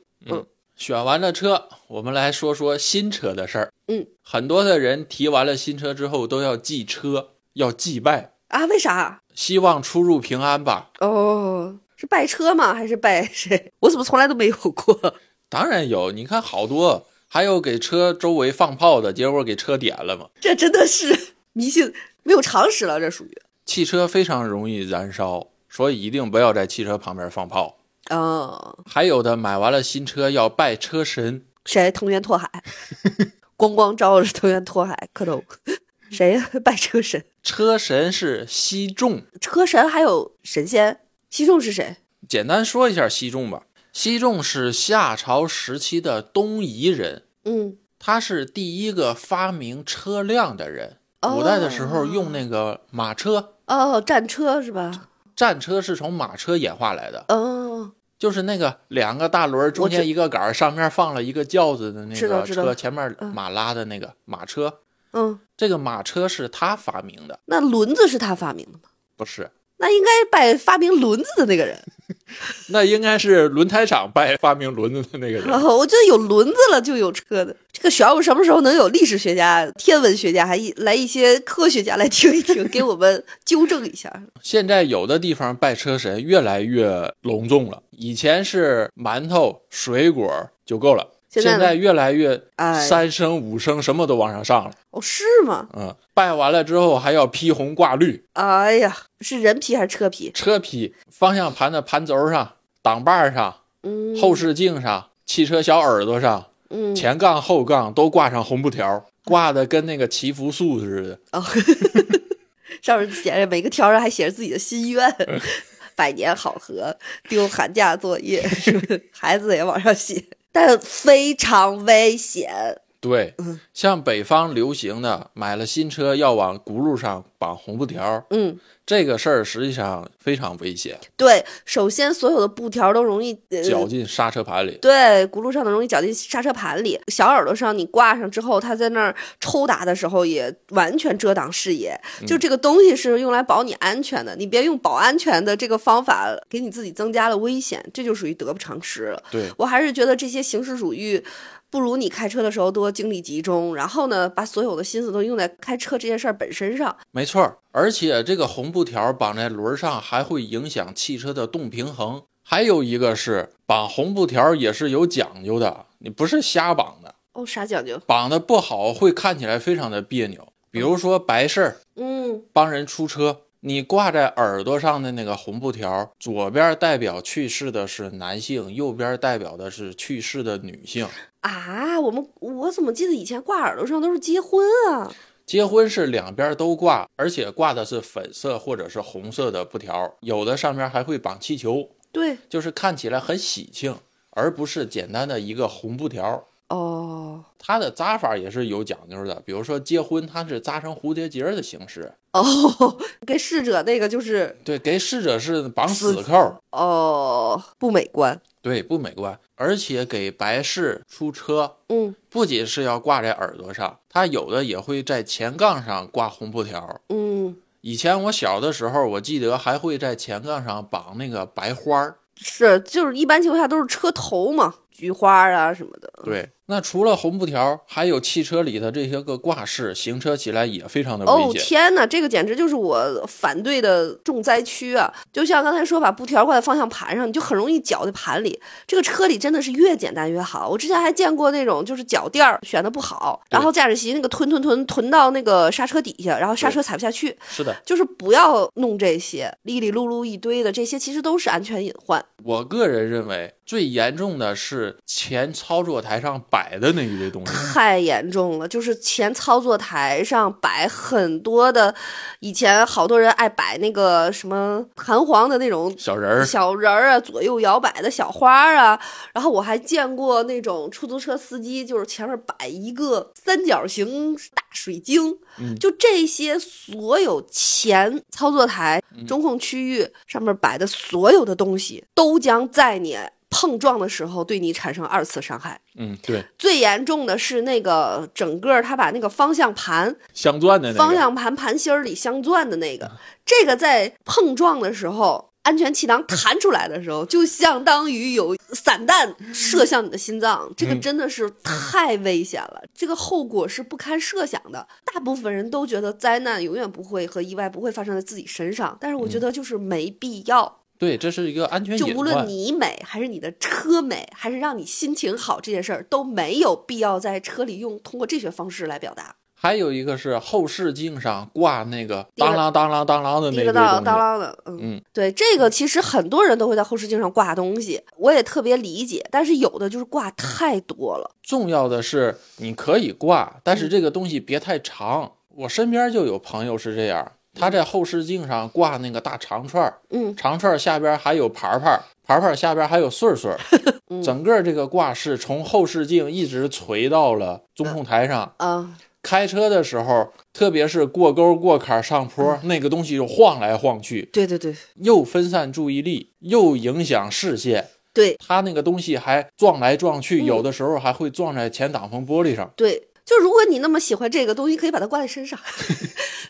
[SPEAKER 2] 选完了车，我们来说说新车的事儿。
[SPEAKER 1] 嗯，
[SPEAKER 2] 很多的人提完了新车之后都要祭车，要祭拜，
[SPEAKER 1] 啊，为啥？
[SPEAKER 2] 希望出入平安吧。
[SPEAKER 1] 哦，是拜车吗？还是拜 谁？我怎么从来都没有过？
[SPEAKER 2] 当然有，你看好多，还有给车周围放炮的，结果给车点了嘛。
[SPEAKER 1] 这真的是迷信，没有常识了，这属于。
[SPEAKER 2] 汽车非常容易燃烧，所以一定不要在汽车旁边放炮。
[SPEAKER 1] 哦，
[SPEAKER 2] 还有的买完了新车要拜车神，
[SPEAKER 1] 谁？藤原 拓海，咣咣照着藤原拓海磕头。
[SPEAKER 2] 嗯
[SPEAKER 1] 谁呀？拜车神？
[SPEAKER 2] 车神是西仲，
[SPEAKER 1] 车神还有神仙？西仲是谁？
[SPEAKER 2] 简单说一下西仲吧。西仲是夏朝时期的东夷人，
[SPEAKER 1] 嗯，
[SPEAKER 2] 他是第一个发明车辆的人。
[SPEAKER 1] 哦
[SPEAKER 2] 古代的时候用那个马车，
[SPEAKER 1] 哦，战车是吧？
[SPEAKER 2] 战车是从马车演化来的，
[SPEAKER 1] 哦，
[SPEAKER 2] 就是那个两个大轮儿中
[SPEAKER 1] 我
[SPEAKER 2] 间
[SPEAKER 1] 知
[SPEAKER 2] 一个杆儿，上面放了一个轿子的那
[SPEAKER 1] 知道
[SPEAKER 2] 个
[SPEAKER 1] 知道
[SPEAKER 2] 车，前面
[SPEAKER 1] 嗯
[SPEAKER 2] 马拉的那个马车。
[SPEAKER 1] 嗯，
[SPEAKER 2] 这个马车是他发明的，
[SPEAKER 1] 那轮子是他发明的吗？
[SPEAKER 2] 不是？
[SPEAKER 1] 那应该拜发明轮子的那 个人。
[SPEAKER 2] 那应该是轮胎厂拜发明轮子的那个人。
[SPEAKER 1] 哦，我觉得有轮子了就有车的。这个玄武什么时候能有历史学家、天文学家，还一来一些科学家来听一听，给我们纠正一下？
[SPEAKER 2] 现在有的地方拜车神越来越隆重了，以前是馒头、水果就够了，
[SPEAKER 1] 现
[SPEAKER 2] 现
[SPEAKER 1] 在呢
[SPEAKER 2] 越来越
[SPEAKER 1] 哎
[SPEAKER 2] 三升五升什么都往上上了。
[SPEAKER 1] 哦，是吗？
[SPEAKER 2] 嗯，拜完了之后还要披红挂绿，
[SPEAKER 1] 哎呀，是人皮还是车皮？
[SPEAKER 2] 车披方向盘的盘轴上、挡把上、
[SPEAKER 1] 嗯，
[SPEAKER 2] 后视镜上、汽车小耳朵上、
[SPEAKER 1] 嗯，
[SPEAKER 2] 前杠后杠都挂上红布条，挂的跟那个祈福树似的。
[SPEAKER 1] 哦， 上面写着每个条上还写着自己的心愿，
[SPEAKER 2] 嗯
[SPEAKER 1] 百年好合，丢寒假作业，是不是？ 孩子也往上写，但非常危险。
[SPEAKER 2] 对，
[SPEAKER 1] 嗯
[SPEAKER 2] 像北方流行的买了新车要往轱辘上绑红布条，
[SPEAKER 1] 嗯，
[SPEAKER 2] 这个事儿实际上非常危险，
[SPEAKER 1] 对，首先所有的布条都容易呃
[SPEAKER 2] 绞进刹车盘里。
[SPEAKER 1] 对，轱辘上的容易绞进刹车盘里，小耳朵上你挂上之后，它在那儿抽打的时候也完全遮挡视野。就这个东西是用来保你安全的，你别用保安全的这个方法给你自己增加了危险，这就属于得不偿失了。
[SPEAKER 2] 对，
[SPEAKER 1] 我还是觉得这些形式主义。不如你开车的时候多精力集中，然后呢，把所有的心思都用在开车这件事儿本身上。
[SPEAKER 2] 没错儿。而且这个红布条绑在轮儿上还会影响汽车的动平衡。还有一个是绑红布条也是有讲究的，你不是瞎绑的，
[SPEAKER 1] 哦，啥讲究？
[SPEAKER 2] 绑的不好会看起来非常的别扭。比如说白事儿
[SPEAKER 1] 嗯，
[SPEAKER 2] 帮人出车，你挂在耳朵上的那个红布条，左边代表去世的是男性，右边代表的是去世的女性。
[SPEAKER 1] 啊，我们我怎么记得以前挂耳朵上都是结婚啊？
[SPEAKER 2] 结婚是两边都挂，而且挂的是粉色或者是红色的布条，有的上面还会绑气球，
[SPEAKER 1] 对，
[SPEAKER 2] 就是看起来很喜庆，而不是简单的一个红布条。
[SPEAKER 1] 哦，
[SPEAKER 2] 它的扎法也是有讲究的，比如说结婚，它是扎成蝴蝶结儿的形式，
[SPEAKER 1] 哦，给逝者那个就是
[SPEAKER 2] 对，给逝者是绑死扣，
[SPEAKER 1] 哦不美观，
[SPEAKER 2] 对，不美观，而且给白事出车。
[SPEAKER 1] 嗯
[SPEAKER 2] 不仅是要挂在耳朵上，它有的也会在前杠上挂红布条，
[SPEAKER 1] 嗯，
[SPEAKER 2] 以前我小的时候，我记得还会在前杠上绑那个白花儿。
[SPEAKER 1] 是，就是一般情况下都是车头嘛，菊花啊什么的。
[SPEAKER 2] 对，那除了红布条，还有汽车里的这些个挂饰，行车起来也非常的
[SPEAKER 1] 哦
[SPEAKER 2] 危险。
[SPEAKER 1] 天哪，这个简直就是我反对的重灾区啊！就像刚才说，把布条挂在方向盘上，你就很容易绞在盘里。这个车里真的是越简单越好。我之前还见过那种就是脚垫儿选的不好，然后驾驶席那个臀臀臀臀到那个刹车底下，然后刹车踩不下去。
[SPEAKER 2] 是的，
[SPEAKER 1] 就是不要弄这些里里碌碌一堆的，这些其实都是安全隐患。
[SPEAKER 2] 我个人认为最严重的是前操作台上摆的那一堆东西。
[SPEAKER 1] 太严重了，就是前操作台上摆很多的，以前好多人爱摆那个什么弹簧的那种
[SPEAKER 2] 小人儿，
[SPEAKER 1] 小人儿啊，左右摇摆的小花儿啊。然后我还见过那种出租车司机，就是前面摆一个三角形大水晶。
[SPEAKER 2] 嗯
[SPEAKER 1] 就这些所有前操作台、
[SPEAKER 2] 嗯
[SPEAKER 1] 中控区域上面摆的所有的东西，都将在你碰撞的时候对你产生二次伤害。
[SPEAKER 2] 嗯，对，
[SPEAKER 1] 最严重的是那个整个他把那个方向盘、
[SPEAKER 2] 镶钻的那个啊
[SPEAKER 1] 方向盘盘芯儿里镶钻的那个，这个在碰撞的时候，安全气囊弹出来的时候，就相当于有散弹射向你的心脏，这个
[SPEAKER 2] 嗯
[SPEAKER 1] 真的是太危险了，这个后果是不堪设想的。大部分人都觉得灾难永远不会和意外不会发生在自己身上，但是我觉得就是没必要。
[SPEAKER 2] 对，这是一个安全
[SPEAKER 1] 就
[SPEAKER 2] 嗯隐
[SPEAKER 1] 无论
[SPEAKER 2] 患。
[SPEAKER 1] 你美还是你的车美，还是让你心情好这件事儿，都没有必要在车里用通过这些方式来表达。
[SPEAKER 2] 还有一个是后视镜上挂那个当啷当啷当啷的那
[SPEAKER 1] 滴
[SPEAKER 2] 一
[SPEAKER 1] 了
[SPEAKER 2] 堆
[SPEAKER 1] 当
[SPEAKER 2] 东
[SPEAKER 1] 当
[SPEAKER 2] 西。
[SPEAKER 1] 啷的，嗯，
[SPEAKER 2] 嗯
[SPEAKER 1] 对，这个其实很多人都会在后视镜上挂东西，我也特别理解，但是有的就是挂太多了。
[SPEAKER 2] 重要的是你可以挂，但
[SPEAKER 1] 嗯
[SPEAKER 2] 是这个东西别太长。我身边就有朋友是这样，他在后视镜上挂那个大长串儿，
[SPEAKER 1] 嗯，
[SPEAKER 2] 长串儿下边还有牌儿牌儿，牌儿牌儿下边还有穗 儿穗儿，
[SPEAKER 1] 嗯
[SPEAKER 2] 整个这个挂饰从后视镜一直垂到了中控台上。
[SPEAKER 1] 啊、
[SPEAKER 2] 开车的时候，特别是过沟、过坎儿、上坡，
[SPEAKER 1] 嗯
[SPEAKER 2] 那个东西就晃来晃去，
[SPEAKER 1] 对对对
[SPEAKER 2] 又分散注意力，又影响视线。
[SPEAKER 1] 对
[SPEAKER 2] 它那个东西还撞来撞去，
[SPEAKER 1] 嗯
[SPEAKER 2] 有的时候还会撞在前挡风玻璃上。
[SPEAKER 1] 对，就如果你那么喜欢这个东西，可以把它挂在身上。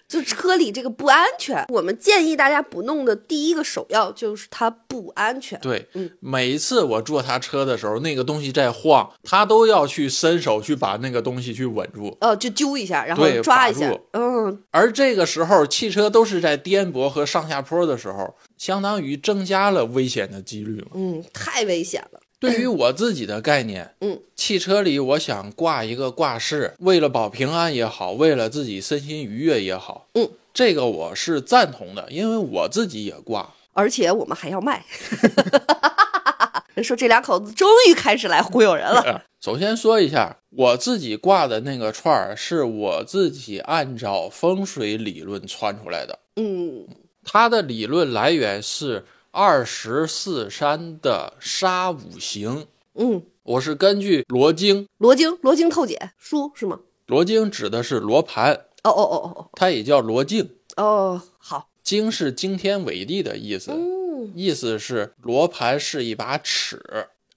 [SPEAKER 1] 就车里这个不安全，我们建议大家不弄的第一个首要就是它不安全。
[SPEAKER 2] 对，
[SPEAKER 1] 嗯
[SPEAKER 2] 每一次我坐他车的时候，那个东西在晃，他都要去伸手去把那个东西去稳住。
[SPEAKER 1] 呃，就揪一下，然后
[SPEAKER 2] 对
[SPEAKER 1] 抓
[SPEAKER 2] 把
[SPEAKER 1] 一下
[SPEAKER 2] 住，
[SPEAKER 1] 嗯，
[SPEAKER 2] 而这个时候，汽车都是在颠簸和上下坡的时候，相当于增加了危险的几率嘛。
[SPEAKER 1] 嗯，太危险了。
[SPEAKER 2] 对于我自己的概念，
[SPEAKER 1] 嗯，
[SPEAKER 2] 汽车里我想挂一个挂饰，为了保平安也好，为了自己身心愉悦也好，
[SPEAKER 1] 嗯，
[SPEAKER 2] 这个我是赞同的，因为我自己也 挂。
[SPEAKER 1] 而且我们还要卖。 人说这两口子终于开始来忽悠人了。
[SPEAKER 2] 呃首先说一下，我自己挂的那个串儿是我自己按照风水理论穿出来的，
[SPEAKER 1] 嗯，
[SPEAKER 2] 它的理论来源是二十四山的沙五行，
[SPEAKER 1] 嗯，
[SPEAKER 2] 我是根据罗经，
[SPEAKER 1] 罗京，罗京透解书是吗？
[SPEAKER 2] 罗经指的是罗盘，
[SPEAKER 1] 哦哦哦
[SPEAKER 2] 它也叫罗镜。
[SPEAKER 1] 哦哦，好，
[SPEAKER 2] 经是惊天伟地的意思，
[SPEAKER 1] 嗯，
[SPEAKER 2] 意思是罗盘是一把尺。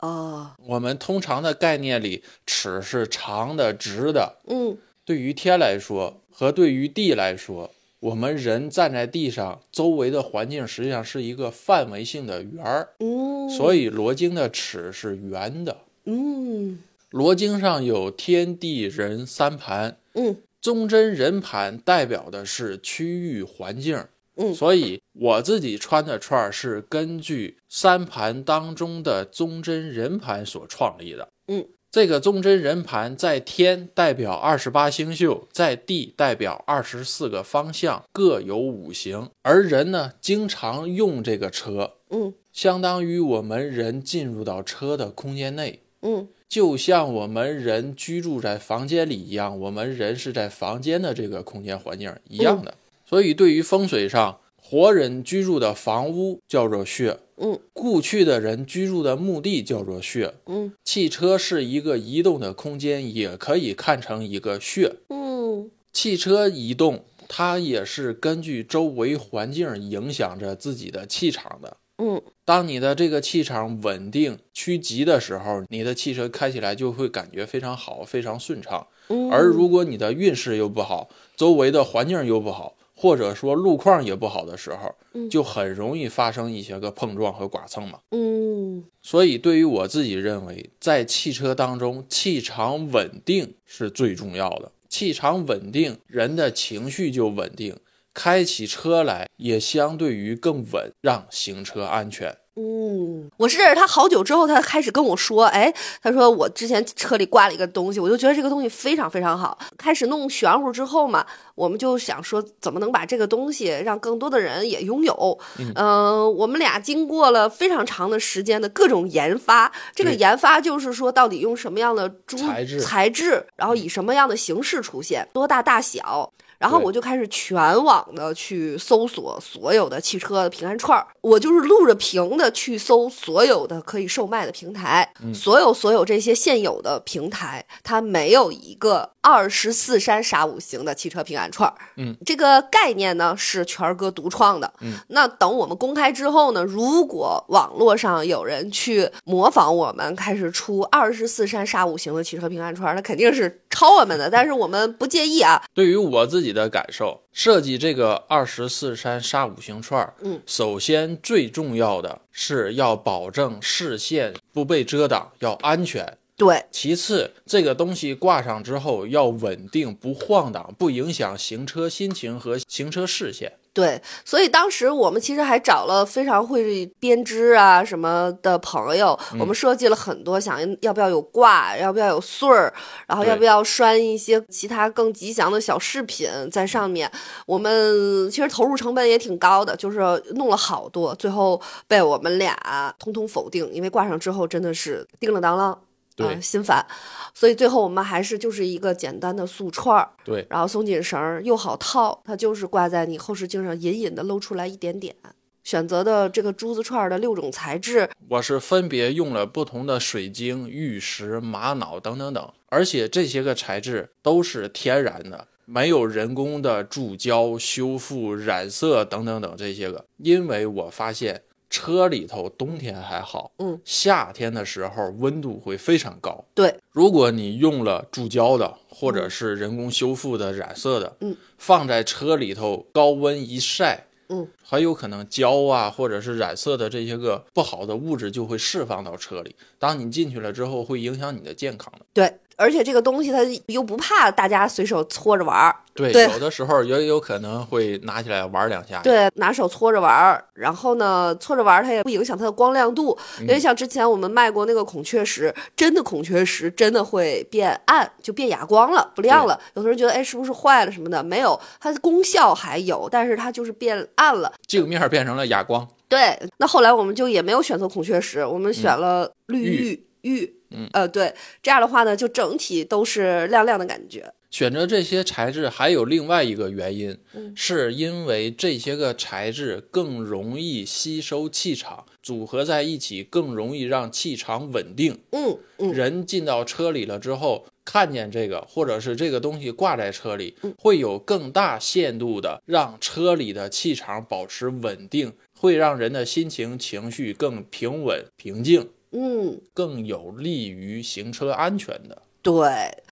[SPEAKER 1] 哦，
[SPEAKER 2] 我们通常的概念里，尺是长的、直的。
[SPEAKER 1] 嗯，
[SPEAKER 2] 对于天来说和对于地来说，我们人站在地上，周围的环境实际上是一个范围性的圆儿，
[SPEAKER 1] 嗯，
[SPEAKER 2] 所
[SPEAKER 1] 以，
[SPEAKER 2] 以罗经的尺是圆的。
[SPEAKER 1] 嗯
[SPEAKER 2] 罗经上有天地人三盘，
[SPEAKER 1] 嗯
[SPEAKER 2] 忠贞人盘代表的是区域环境，
[SPEAKER 1] 嗯
[SPEAKER 2] 所以我自己穿的串儿是根据三盘当中的忠贞人盘所创立的，
[SPEAKER 1] 嗯，
[SPEAKER 2] 这个忠贞人盘在天代表二十八星宿，在地代表二十四个方向，各有五行，而人呢经常用这个车，
[SPEAKER 1] 嗯
[SPEAKER 2] 相当于我们人进入到车的空间内，
[SPEAKER 1] 嗯
[SPEAKER 2] 就像我们人居住在房间里一样，我们人是在房间的这个空间环境一样的。所以，对于风水上，活人居住的房屋叫做穴，
[SPEAKER 1] 嗯
[SPEAKER 2] 故去的人居住的墓地叫做穴。
[SPEAKER 1] 嗯
[SPEAKER 2] 汽车是一个移动的空间，也可以看成一个穴。
[SPEAKER 1] 嗯，
[SPEAKER 2] 汽车移动，它也是根据周围环境影响着自己的气场的。
[SPEAKER 1] 嗯
[SPEAKER 2] 当你的这个气场稳定趋吉的时候，你的汽车开起来就会感觉非常好，非常顺畅。
[SPEAKER 1] 嗯，
[SPEAKER 2] 而如果你的运势又不好，周围的环境又不好，或者说路况也不好的时候，
[SPEAKER 1] 嗯
[SPEAKER 2] 就很容易发生一些个碰撞和剐蹭嘛。
[SPEAKER 1] 嗯，
[SPEAKER 2] 所以，对于我自己认为，在汽车当中，气场稳定是最重要的。气场稳定，人的情绪就稳定，开起车来也相对于更稳，让行车安全。
[SPEAKER 1] 嗯，我是认识他好久之后，他开始跟我说，哎，他说我之前车里挂了一个东西，我就觉得这个东西非常非常好。开始弄玄乎之后嘛，我们就想说怎么能把这个东西让更多的人也拥有。
[SPEAKER 2] 嗯
[SPEAKER 1] 呃我们俩经过了非常长的时间的各种研发，这个
[SPEAKER 2] 对
[SPEAKER 1] 研发就是说到底用什么样的珠
[SPEAKER 2] 材质
[SPEAKER 1] 材质，然后以什么样的形式出现，多大大小，然后
[SPEAKER 2] 对
[SPEAKER 1] 我就开始全网的去搜索所有的汽车的平安串儿，我就是录着屏的去搜所有的可以售卖的平台，
[SPEAKER 2] 嗯
[SPEAKER 1] 所有所有这些现有的平台，它没有一个二十四山杀五行的汽车平安串儿。
[SPEAKER 2] 嗯，
[SPEAKER 1] 这个概念呢是全儿哥独创的。
[SPEAKER 2] 嗯，
[SPEAKER 1] 那等我们公开之后呢，如果网络上有人去模仿我们，开始出二十四山杀五行的汽车平安串儿，那肯定是抄我们的，但是我们不介意啊。
[SPEAKER 2] 对于我自己的感受，设计这个二十四山杀五行串儿，
[SPEAKER 1] 嗯，
[SPEAKER 2] 首先最重要的是要保证视线不被遮挡，要安全。
[SPEAKER 1] 对，
[SPEAKER 2] 其次，这个东西挂上之后要稳定，不晃荡，不影响行车心情和行车视线。
[SPEAKER 1] 对，所以当时我们其实还找了非常会编织啊什么的朋友，我
[SPEAKER 2] 嗯
[SPEAKER 1] 们设计了很多，想要不要有挂，要不要有穗儿，然后
[SPEAKER 2] 对
[SPEAKER 1] 要不要拴一些其他更吉祥的小饰品在上面。我们其实投入成本也挺高的，就是弄了好多，最后被我们俩通通否定，因为挂上之后真的是叮了当啷。
[SPEAKER 2] 对
[SPEAKER 1] 啊心烦，所以最后我们还是就是一个简单的素串儿，
[SPEAKER 2] 对，
[SPEAKER 1] 然后松紧绳儿又好套，它就是挂在你后视镜上，隐隐的露出来一点点。选择的这个珠子串儿的六种材质，
[SPEAKER 2] 我是分别用了不同的水晶、玉石、玛瑙等等等，而且这些个材质都是天然的，没有人工的注胶、修复、染色等等等这些个。因为我发现车里头冬天还好，
[SPEAKER 1] 嗯，
[SPEAKER 2] 夏天的时候温度会非常高。
[SPEAKER 1] 对，
[SPEAKER 2] 如果你用了注胶的或者是人工修复的染色的，
[SPEAKER 1] 嗯，
[SPEAKER 2] 放在车里头高温一晒，
[SPEAKER 1] 嗯，
[SPEAKER 2] 很有可能胶啊，或者是染色的这些个不好的物质就会释放到车里。当你进去了之后，会影响你的健康的。
[SPEAKER 1] 对，而且这个东西它又不怕大家随手搓着玩儿，
[SPEAKER 2] 对，
[SPEAKER 1] 对
[SPEAKER 2] 有的时候也有可能会拿起来玩两下。，
[SPEAKER 1] 对，拿手搓着玩儿，然后呢，搓着玩儿它也不影响它的光亮度，因为像之前我们卖过那个孔雀石，真的孔雀石真的会变暗，就变哑光了，不亮了。有的人觉得哎是不是坏了什么的，没有，它的功效还有，但是它就是变暗了。
[SPEAKER 2] 镜面变成了哑光。
[SPEAKER 1] 对，那后来我们就也没有选择孔雀石，我们选了绿玉、玉，
[SPEAKER 2] 嗯
[SPEAKER 1] 呃，对，这样的话呢，就整体都是亮亮的感觉。
[SPEAKER 2] 选择这些材质还有另外一个原因，
[SPEAKER 1] 嗯
[SPEAKER 2] 是因为这些个材质更容易吸收气场，组合在一起更容易让气场稳定。
[SPEAKER 1] 嗯嗯，
[SPEAKER 2] 人进到车里了之后，看见这个或者是这个东西挂在车里，
[SPEAKER 1] 嗯
[SPEAKER 2] 会有更大限度的让车里的气场保持稳定，会让人的心情情绪更平稳平静，
[SPEAKER 1] 嗯，
[SPEAKER 2] 更有利于行车安全的。
[SPEAKER 1] 对，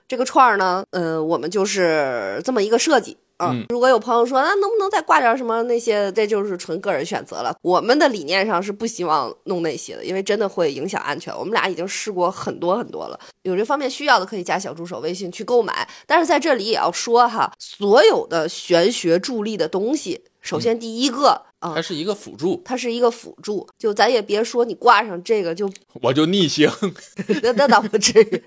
[SPEAKER 1] 这个串儿呢，呃，我们就是这么一个设计。啊
[SPEAKER 2] 嗯
[SPEAKER 1] 如果有朋友说，那能不能再挂点什么那些？这就是纯个人选择了。我们的理念上是不希望弄那些的，因为真的会影响安全。我们俩已经试过很多很多了，有这方面需要的可以加小助手微信去购买。但是在这里也要说哈，所有的玄学助力的东西，首先第一个啊、
[SPEAKER 2] 它是一个辅助，
[SPEAKER 1] 它是一个辅助，就咱也别说你挂上这个就
[SPEAKER 2] 我就逆行。
[SPEAKER 1] 那那倒不至于，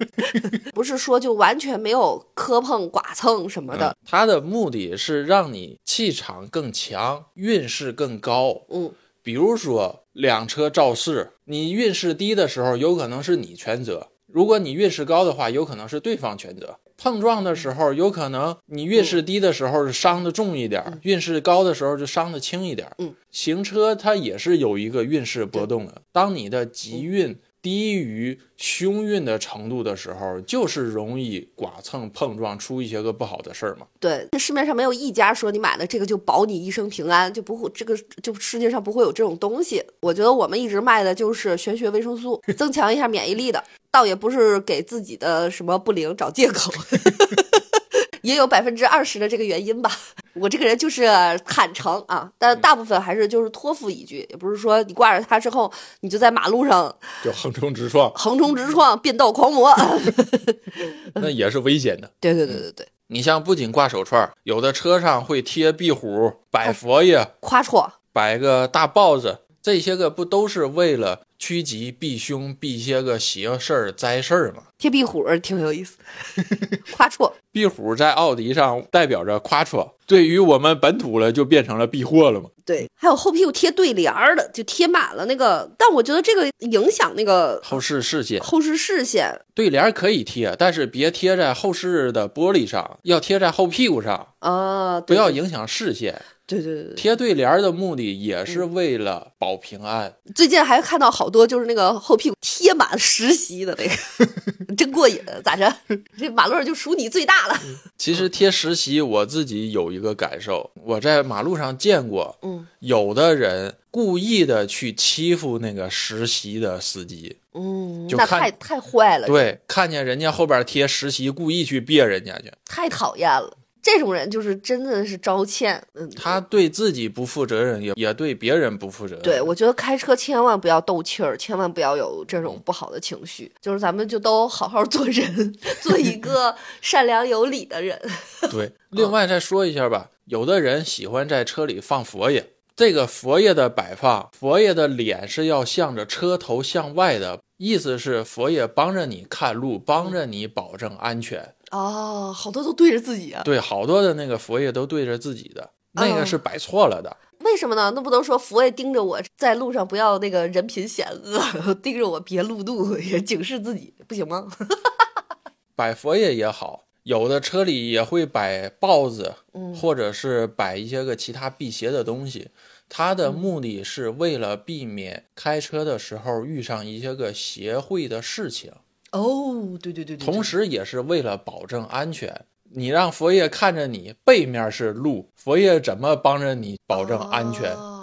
[SPEAKER 1] 不是说就完全没有磕碰、剐蹭什么的
[SPEAKER 2] 嗯。它的目的是让你气场更强，运势更高。
[SPEAKER 1] 嗯，
[SPEAKER 2] 比如说两车肇事，你运势低的时候，有可能是你全责；如果你运势高的话，有可能是对方全责。碰撞的时候，有可能你运势低的时候是伤的重一点，运势高的时候就伤的轻一点。
[SPEAKER 1] 嗯，
[SPEAKER 2] 行车它也是有一个运势波动的。当你的吉运低于凶运的程度的时候，就是容易剐蹭、碰撞出一些个不好的事儿嘛。
[SPEAKER 1] 对，市面上没有一家说你买了这个就保你一生平安，就不会这个就世界上不会有这种东西。我觉得我们一直卖的就是玄学维生素，增强一下免疫力的，倒也不是给自己 的什么不灵找借口。也有百分之二十的这个原因吧，我这个人就是坦诚啊，但大部分还是就是托付一句，也不是说你挂着它之后，你就在马路上
[SPEAKER 2] 就横冲直撞，
[SPEAKER 1] 横冲直撞、变道狂 魔。
[SPEAKER 2] 那也是危险的。
[SPEAKER 1] 对对对对对，
[SPEAKER 2] 你像不仅挂手串儿，有的车上会贴壁虎、摆佛爷、
[SPEAKER 1] 夸戳
[SPEAKER 2] 摆个大豹子，这些个不都是为了趋吉避凶、避些个邪事儿、灾事儿吗？
[SPEAKER 1] 贴壁虎儿挺有 意思，夸戳
[SPEAKER 2] 壁虎在奥迪上代表着夸戳，对于我们本土了就变成了避祸了嘛。
[SPEAKER 1] 对，还有后屁股贴对联儿的，就贴满了那个，但我觉得这个影响那个
[SPEAKER 2] 后视视线
[SPEAKER 1] 后视视线
[SPEAKER 2] 对联儿可以贴，但是别贴在后视的玻璃上，要贴在后屁股上，
[SPEAKER 1] 啊，
[SPEAKER 2] 不
[SPEAKER 1] 对
[SPEAKER 2] 要
[SPEAKER 1] 对
[SPEAKER 2] 影响视线。
[SPEAKER 1] 对对对对。
[SPEAKER 2] 贴对联儿的目的也是为了保平安。
[SPEAKER 1] 最近还看到好多就是那个后屁股贴满实习的那个， 真过瘾，咋着？这马路上就数你最大了。
[SPEAKER 2] 其
[SPEAKER 1] 嗯
[SPEAKER 2] 实贴实习，我自己有一个感受，我在马路上见过，
[SPEAKER 1] 嗯
[SPEAKER 2] 有的人故意的去欺负那个实习的司机，
[SPEAKER 1] 嗯，
[SPEAKER 2] 就
[SPEAKER 1] 那
[SPEAKER 2] 看
[SPEAKER 1] 太太坏了，
[SPEAKER 2] 对，看见人家后边贴实习，故意去别人家去，
[SPEAKER 1] 太讨厌了。这种人就是真的是招欠，嗯，
[SPEAKER 2] 他对自己不负责任，也也对别人不负责 任。
[SPEAKER 1] 对，我觉得开车千万不要斗气儿，千万不要有这
[SPEAKER 2] 嗯
[SPEAKER 1] 种不好的情绪，就是咱们就都好好做人， 做一个善良有礼的人。
[SPEAKER 2] 对，另外再说一下吧，有的人喜欢在车里放佛爷，这个佛爷的摆放，佛爷的脸是要向着车头向外的，意思是佛爷帮着你看路，帮着你保证安全。
[SPEAKER 1] 哦，好多都对着自己 啊，
[SPEAKER 2] 对，好多的那个佛爷都对着自己的，那个
[SPEAKER 1] 嗯
[SPEAKER 2] 是摆错了的。
[SPEAKER 1] 为什么呢？那不都说佛爷盯着我在路上不要那个人品险恶， 盯着我别路怒， 也警示自己，不行吗？
[SPEAKER 2] 摆佛爷也好，有的车里也会摆豹子，
[SPEAKER 1] 嗯
[SPEAKER 2] 或者是摆一些个其他辟邪的东西。它
[SPEAKER 1] 嗯
[SPEAKER 2] 的目的是为了避免开车的时候遇上一些个邪会的事情，
[SPEAKER 1] 哦，对对对对，
[SPEAKER 2] 同时也是为了保证安全。你让佛爷看着你，背面是路，佛爷怎么帮着你保证安全？
[SPEAKER 1] 哦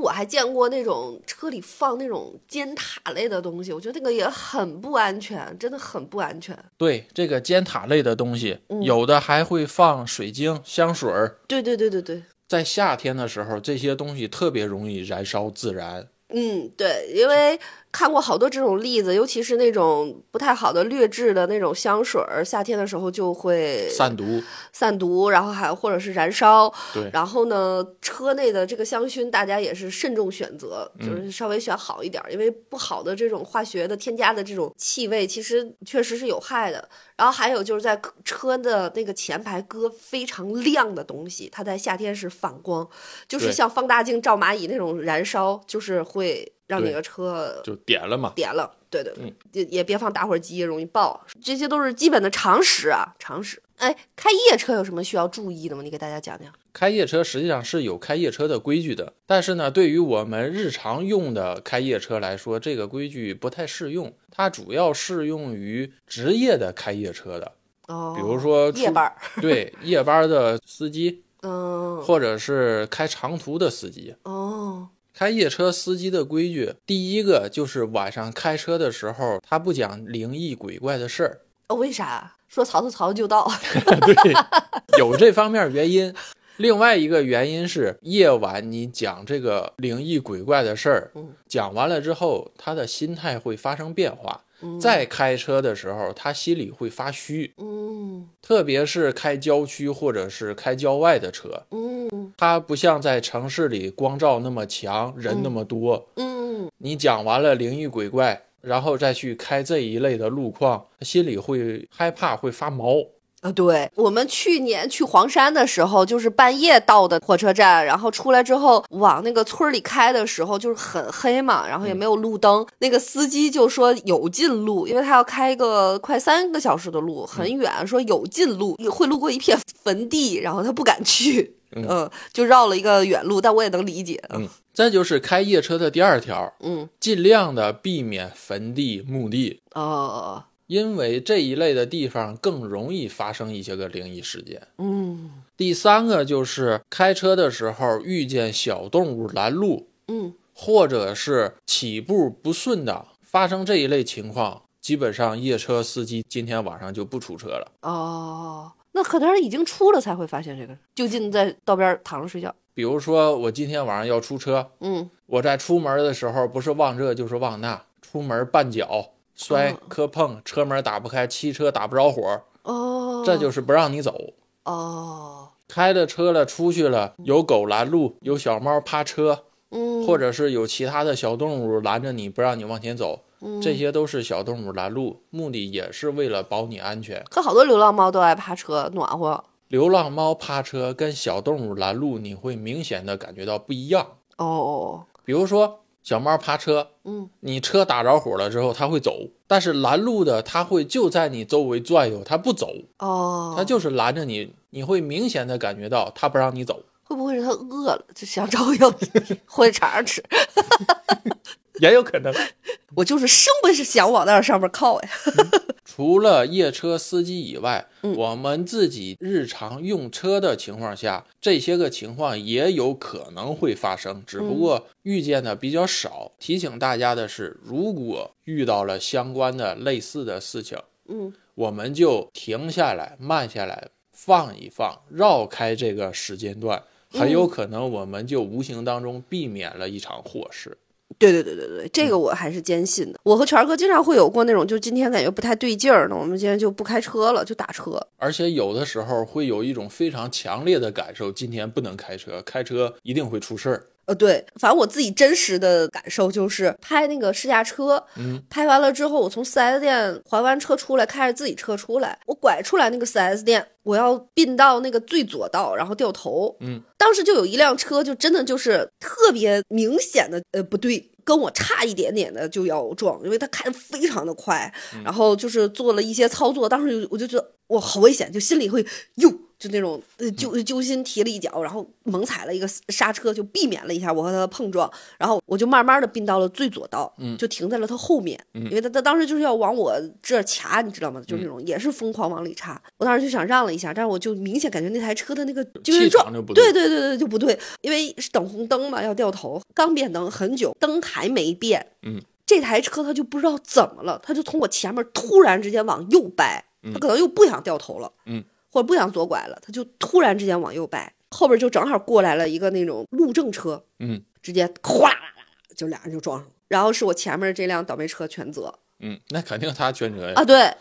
[SPEAKER 1] 我还见过那种车里放那种尖塔类的东西，我觉得那个也很不安全，真的很不安全。
[SPEAKER 2] 对这个尖塔类的东西，
[SPEAKER 1] 嗯
[SPEAKER 2] 有的还会放水晶、香水儿，
[SPEAKER 1] 对对对对对，
[SPEAKER 2] 在夏天的时候，这些东西特别容易燃烧自燃。
[SPEAKER 1] 嗯，对，因为看过好多这种例子，尤其是那种不太好的劣质的那种香水儿，夏天的时候就会
[SPEAKER 2] 散毒，
[SPEAKER 1] 散毒，然后还或者是燃烧。
[SPEAKER 2] 对
[SPEAKER 1] 然后呢，车内的这个香薰大家也是慎重选择，
[SPEAKER 2] 嗯
[SPEAKER 1] 就是稍微选好一点儿，因为不好的这种化学的添加的这种气味，其实确实是有害的。然后还有就是在车的那个前排搁非常亮的东西，它在夏天是反光，就是
[SPEAKER 2] 对
[SPEAKER 1] 像放大镜照蚂蚁那种燃烧，就是会让你
[SPEAKER 2] 对
[SPEAKER 1] 的车
[SPEAKER 2] 就点了嘛。
[SPEAKER 1] 点了。对对，对
[SPEAKER 2] 嗯
[SPEAKER 1] 也也别放打火机，容易爆。这些都是基本的常识啊，常识。哎，开夜车有什么需要注意的吗？你给大家讲讲。
[SPEAKER 2] 开夜车实际上是有开夜车的规矩的，但是呢，对于我们日常用的开夜车来说，这个规矩不太适用。它主要适用于职业的开夜车的，
[SPEAKER 1] 哦，
[SPEAKER 2] 比如说出
[SPEAKER 1] 夜班，儿，
[SPEAKER 2] 对夜班的司机，
[SPEAKER 1] 嗯，
[SPEAKER 2] 或者是开长途的司机。
[SPEAKER 1] 哦，
[SPEAKER 2] 开夜车司机的规矩，第一个就是晚上开车的时候，他不讲灵异鬼怪的事儿。
[SPEAKER 1] 哦为啥说曹操曹就到？
[SPEAKER 2] 对，有这方面原因。另外一个原因是夜晚你讲这个灵异鬼怪的事儿
[SPEAKER 1] 嗯，
[SPEAKER 2] 讲完了之后，他的心态会发生变化。再开车的时候，他心里会发虚，
[SPEAKER 1] 嗯
[SPEAKER 2] 特别是开郊区或者是开郊外的车，
[SPEAKER 1] 嗯
[SPEAKER 2] 它不像在城市里光照那么强，人那么多。
[SPEAKER 1] 嗯，
[SPEAKER 2] 你讲完了灵异鬼怪，然后再去开这一类的路况，心里会害怕，会发毛。
[SPEAKER 1] 啊，对，我们去年去黄山的时候，就是半夜到的火车站，然后出来之后往那个村儿里开的时候，就是很黑嘛，然后也没有路灯，那个司机就说有近路，因为他要开一个快三个小时的路，很远，说有近路，也会路过一片坟地，然后他不敢去，
[SPEAKER 2] 嗯
[SPEAKER 1] 嗯，就绕了一个远路，但我也能理解，
[SPEAKER 2] 嗯，再就是开夜车的第二条，
[SPEAKER 1] 嗯。
[SPEAKER 2] 尽量的避免坟地、墓地，
[SPEAKER 1] 哦，
[SPEAKER 2] 因为这一类的地方更容易发生一些个灵异事件。
[SPEAKER 1] 嗯
[SPEAKER 2] 第三个就是开车的时候遇见小动物拦路，
[SPEAKER 1] 嗯，
[SPEAKER 2] 或者是起步不顺当，发生这一类情况，基本上夜车司机今天晚上就不出车了。
[SPEAKER 1] 哦，那可能是已经出了才会发现这个人，就近在道边躺着睡觉。
[SPEAKER 2] 比如说我今天晚上要出车，
[SPEAKER 1] 嗯，
[SPEAKER 2] 我在出门的时候不是忘这就是忘那，出门绊脚摔
[SPEAKER 1] 嗯
[SPEAKER 2] 磕碰，车门打不开，汽车打不着火，
[SPEAKER 1] 哦，
[SPEAKER 2] 这就是不让你走。
[SPEAKER 1] 哦，
[SPEAKER 2] 开着车了，出去了，有狗拦路，有小猫趴车，
[SPEAKER 1] 嗯，
[SPEAKER 2] 或者是有其他的小动物拦着你不让你往前走，
[SPEAKER 1] 嗯
[SPEAKER 2] 这些都是小动物拦路，目的也是为了保你安全。
[SPEAKER 1] 可好多流浪猫都爱趴车，暖和。
[SPEAKER 2] 流浪猫趴车跟小动物拦路，你会明显的感觉到不一样。
[SPEAKER 1] 哦哦，
[SPEAKER 2] 比如说小猫趴车，
[SPEAKER 1] 嗯，
[SPEAKER 2] 你车打着火了之后它会走，但是拦路的它会就在你周围转悠，它不走，
[SPEAKER 1] 哦哦，
[SPEAKER 2] 它就是拦着你，你会明显的感觉到它不让你走，
[SPEAKER 1] 会不会是它饿了，就想找营灰肠儿吃？
[SPEAKER 2] 也有可能。
[SPEAKER 1] 我就是生不是想往那上面靠呀。
[SPEAKER 2] 除了夜车司机以外，
[SPEAKER 1] 嗯
[SPEAKER 2] 我们自己日常用车的情况下，这些个情况也有可能会发生，只不过遇见的比较少。提醒大家的是，如果遇到了相关的类似的事情，
[SPEAKER 1] 嗯，
[SPEAKER 2] 我们就停下来，慢下来，放一放，绕开这个时间段，很有可能我们就无形当中避免了一场祸事。
[SPEAKER 1] 对对对对对，这个我还是坚信的。我和权儿哥经常会有过那种，就今天感觉不太对劲儿呢，我们今天就不开车了，就打车。
[SPEAKER 2] 而且有的时候会有一种非常强烈的感受，今天不能开车，开车一定会出事儿。
[SPEAKER 1] 呃，对，反正我自己真实的感受就是拍那个试驾车，
[SPEAKER 2] 嗯，
[SPEAKER 1] 拍完了之后，我从 4S 店还完车出来，开着自己车出来，我拐出来那个 4S 店，我要并到那个最左道，然后掉头，
[SPEAKER 2] 嗯，
[SPEAKER 1] 当时就有一辆车，就真的就是特别明显的，呃，不对。跟我差一点点的就要撞，因为他开的非常的快，
[SPEAKER 2] 嗯
[SPEAKER 1] 然后就是做了一些操作，当时就我就觉得哇好危险，就心里会哟就那种呃
[SPEAKER 2] 嗯
[SPEAKER 1] 揪揪心提了一脚，然后猛踩了一个刹车，就避免了一下我和他的碰撞，然后我就慢慢的并到了最左道，
[SPEAKER 2] 嗯
[SPEAKER 1] 就停在了他后面，因为他他当时就是要往我这儿卡，你知道吗？就是
[SPEAKER 2] 嗯
[SPEAKER 1] 那种也是疯狂往里插，我当时就想让了一下，但是我就明显感觉那台车的那个就是
[SPEAKER 2] 气
[SPEAKER 1] 撞
[SPEAKER 2] 场就不
[SPEAKER 1] 对对
[SPEAKER 2] 对
[SPEAKER 1] 对对，就不对，因为是等红灯嘛，要掉头，刚变灯很久，灯还没变，
[SPEAKER 2] 嗯，
[SPEAKER 1] 这台车它就不知道怎么了，它就从我前面突然之间往右掰，它可能又不想掉头了，
[SPEAKER 2] 嗯，
[SPEAKER 1] 或者不想左拐了，它就突然之间往右掰，后边就正好过来了一个那种路政车，
[SPEAKER 2] 嗯，
[SPEAKER 1] 直接哗啦啦啦啦就俩人就撞上了，然后是我前面这辆倒霉车全责，
[SPEAKER 2] 嗯，那肯定他全责呀。
[SPEAKER 1] 啊，对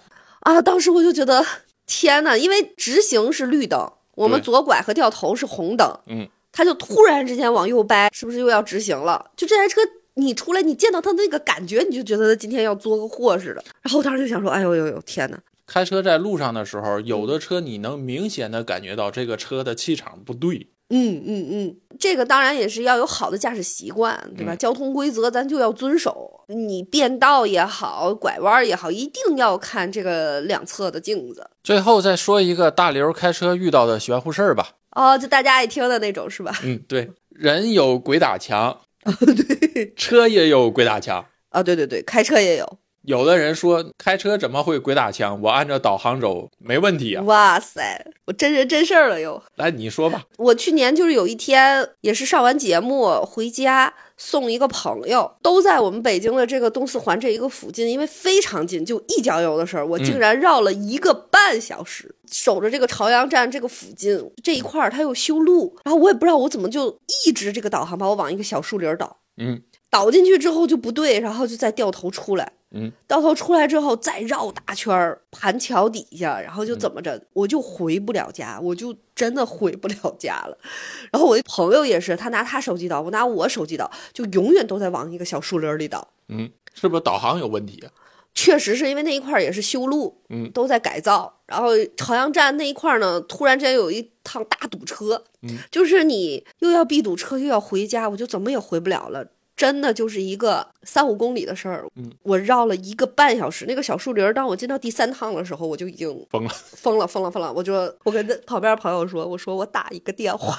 [SPEAKER 1] 啊，当时我就觉得天呐，因为直行是绿灯，我们
[SPEAKER 2] 对
[SPEAKER 1] 左拐和掉头是红灯，
[SPEAKER 2] 嗯，
[SPEAKER 1] 他就突然之间往右掰，是不是又要直行了？就这台车。你出来，你见到他那个感觉，你就觉得他今天要作个祸似的。然后我当时就想说，哎呦呦呦，天呐，
[SPEAKER 2] 开车在路上的时候，有的车你能明显的感觉到这个车的气场不对。
[SPEAKER 1] 嗯嗯嗯，这个当然也是要有好的驾驶习惯，对
[SPEAKER 2] 嗯
[SPEAKER 1] 吧？交通规则咱就要遵守，你变道也好，拐弯也好，一定要看这个两侧的镜子
[SPEAKER 2] 最后再说一个大刘开车遇到的玄乎事儿吧。
[SPEAKER 1] 哦，就大家爱听的那种，是吧？
[SPEAKER 2] 嗯，对，人有鬼打墙，对，车也有鬼打墙。
[SPEAKER 1] 啊，对对对，开车也有，
[SPEAKER 2] 有的人说开车怎么会鬼打墙？我按照导航走没问题啊。
[SPEAKER 1] 哇塞，我真人真事儿了又。
[SPEAKER 2] 来，你说吧。
[SPEAKER 1] 我去年就是有一天，也是上完节目回家送一个朋友，都在我们北京的这个东四环这一个附近，因为非常近，就一脚油的事儿，我竟然绕了一个半小时，守着这个朝阳站这个附近这一块儿，它又修路，然后我也不知道我怎么就一直这个导航把我往一个小树林儿导，
[SPEAKER 2] 嗯
[SPEAKER 1] 导进去之后就不对，然后就再掉头出来。
[SPEAKER 2] 嗯，
[SPEAKER 1] 掉头出来之后再绕大圈儿，盘桥底下，然后就怎么着，我就回不了家，我就真的回不了家了。然后我一朋友也是，他拿他手机导，我拿我手机导，就永远都在往一个小树林儿里导。
[SPEAKER 2] 嗯，是不是导航有问题啊？
[SPEAKER 1] 确实是因为那一块儿也是修路，
[SPEAKER 2] 嗯
[SPEAKER 1] 都在改造。然后朝阳站那一块儿呢，突然之间有一趟大堵车，
[SPEAKER 2] 嗯，
[SPEAKER 1] 就是你又要避堵车，又要回家，我就怎么也回不了了。真的就是一个三五公里的事儿，
[SPEAKER 2] 嗯，
[SPEAKER 1] 我绕了一个半小时。那个小树林儿，当我进到第三趟的时候，我就已经
[SPEAKER 2] 疯了，
[SPEAKER 1] 疯了，疯了，疯了！我就我跟那旁边朋友说，我说我打一个电话，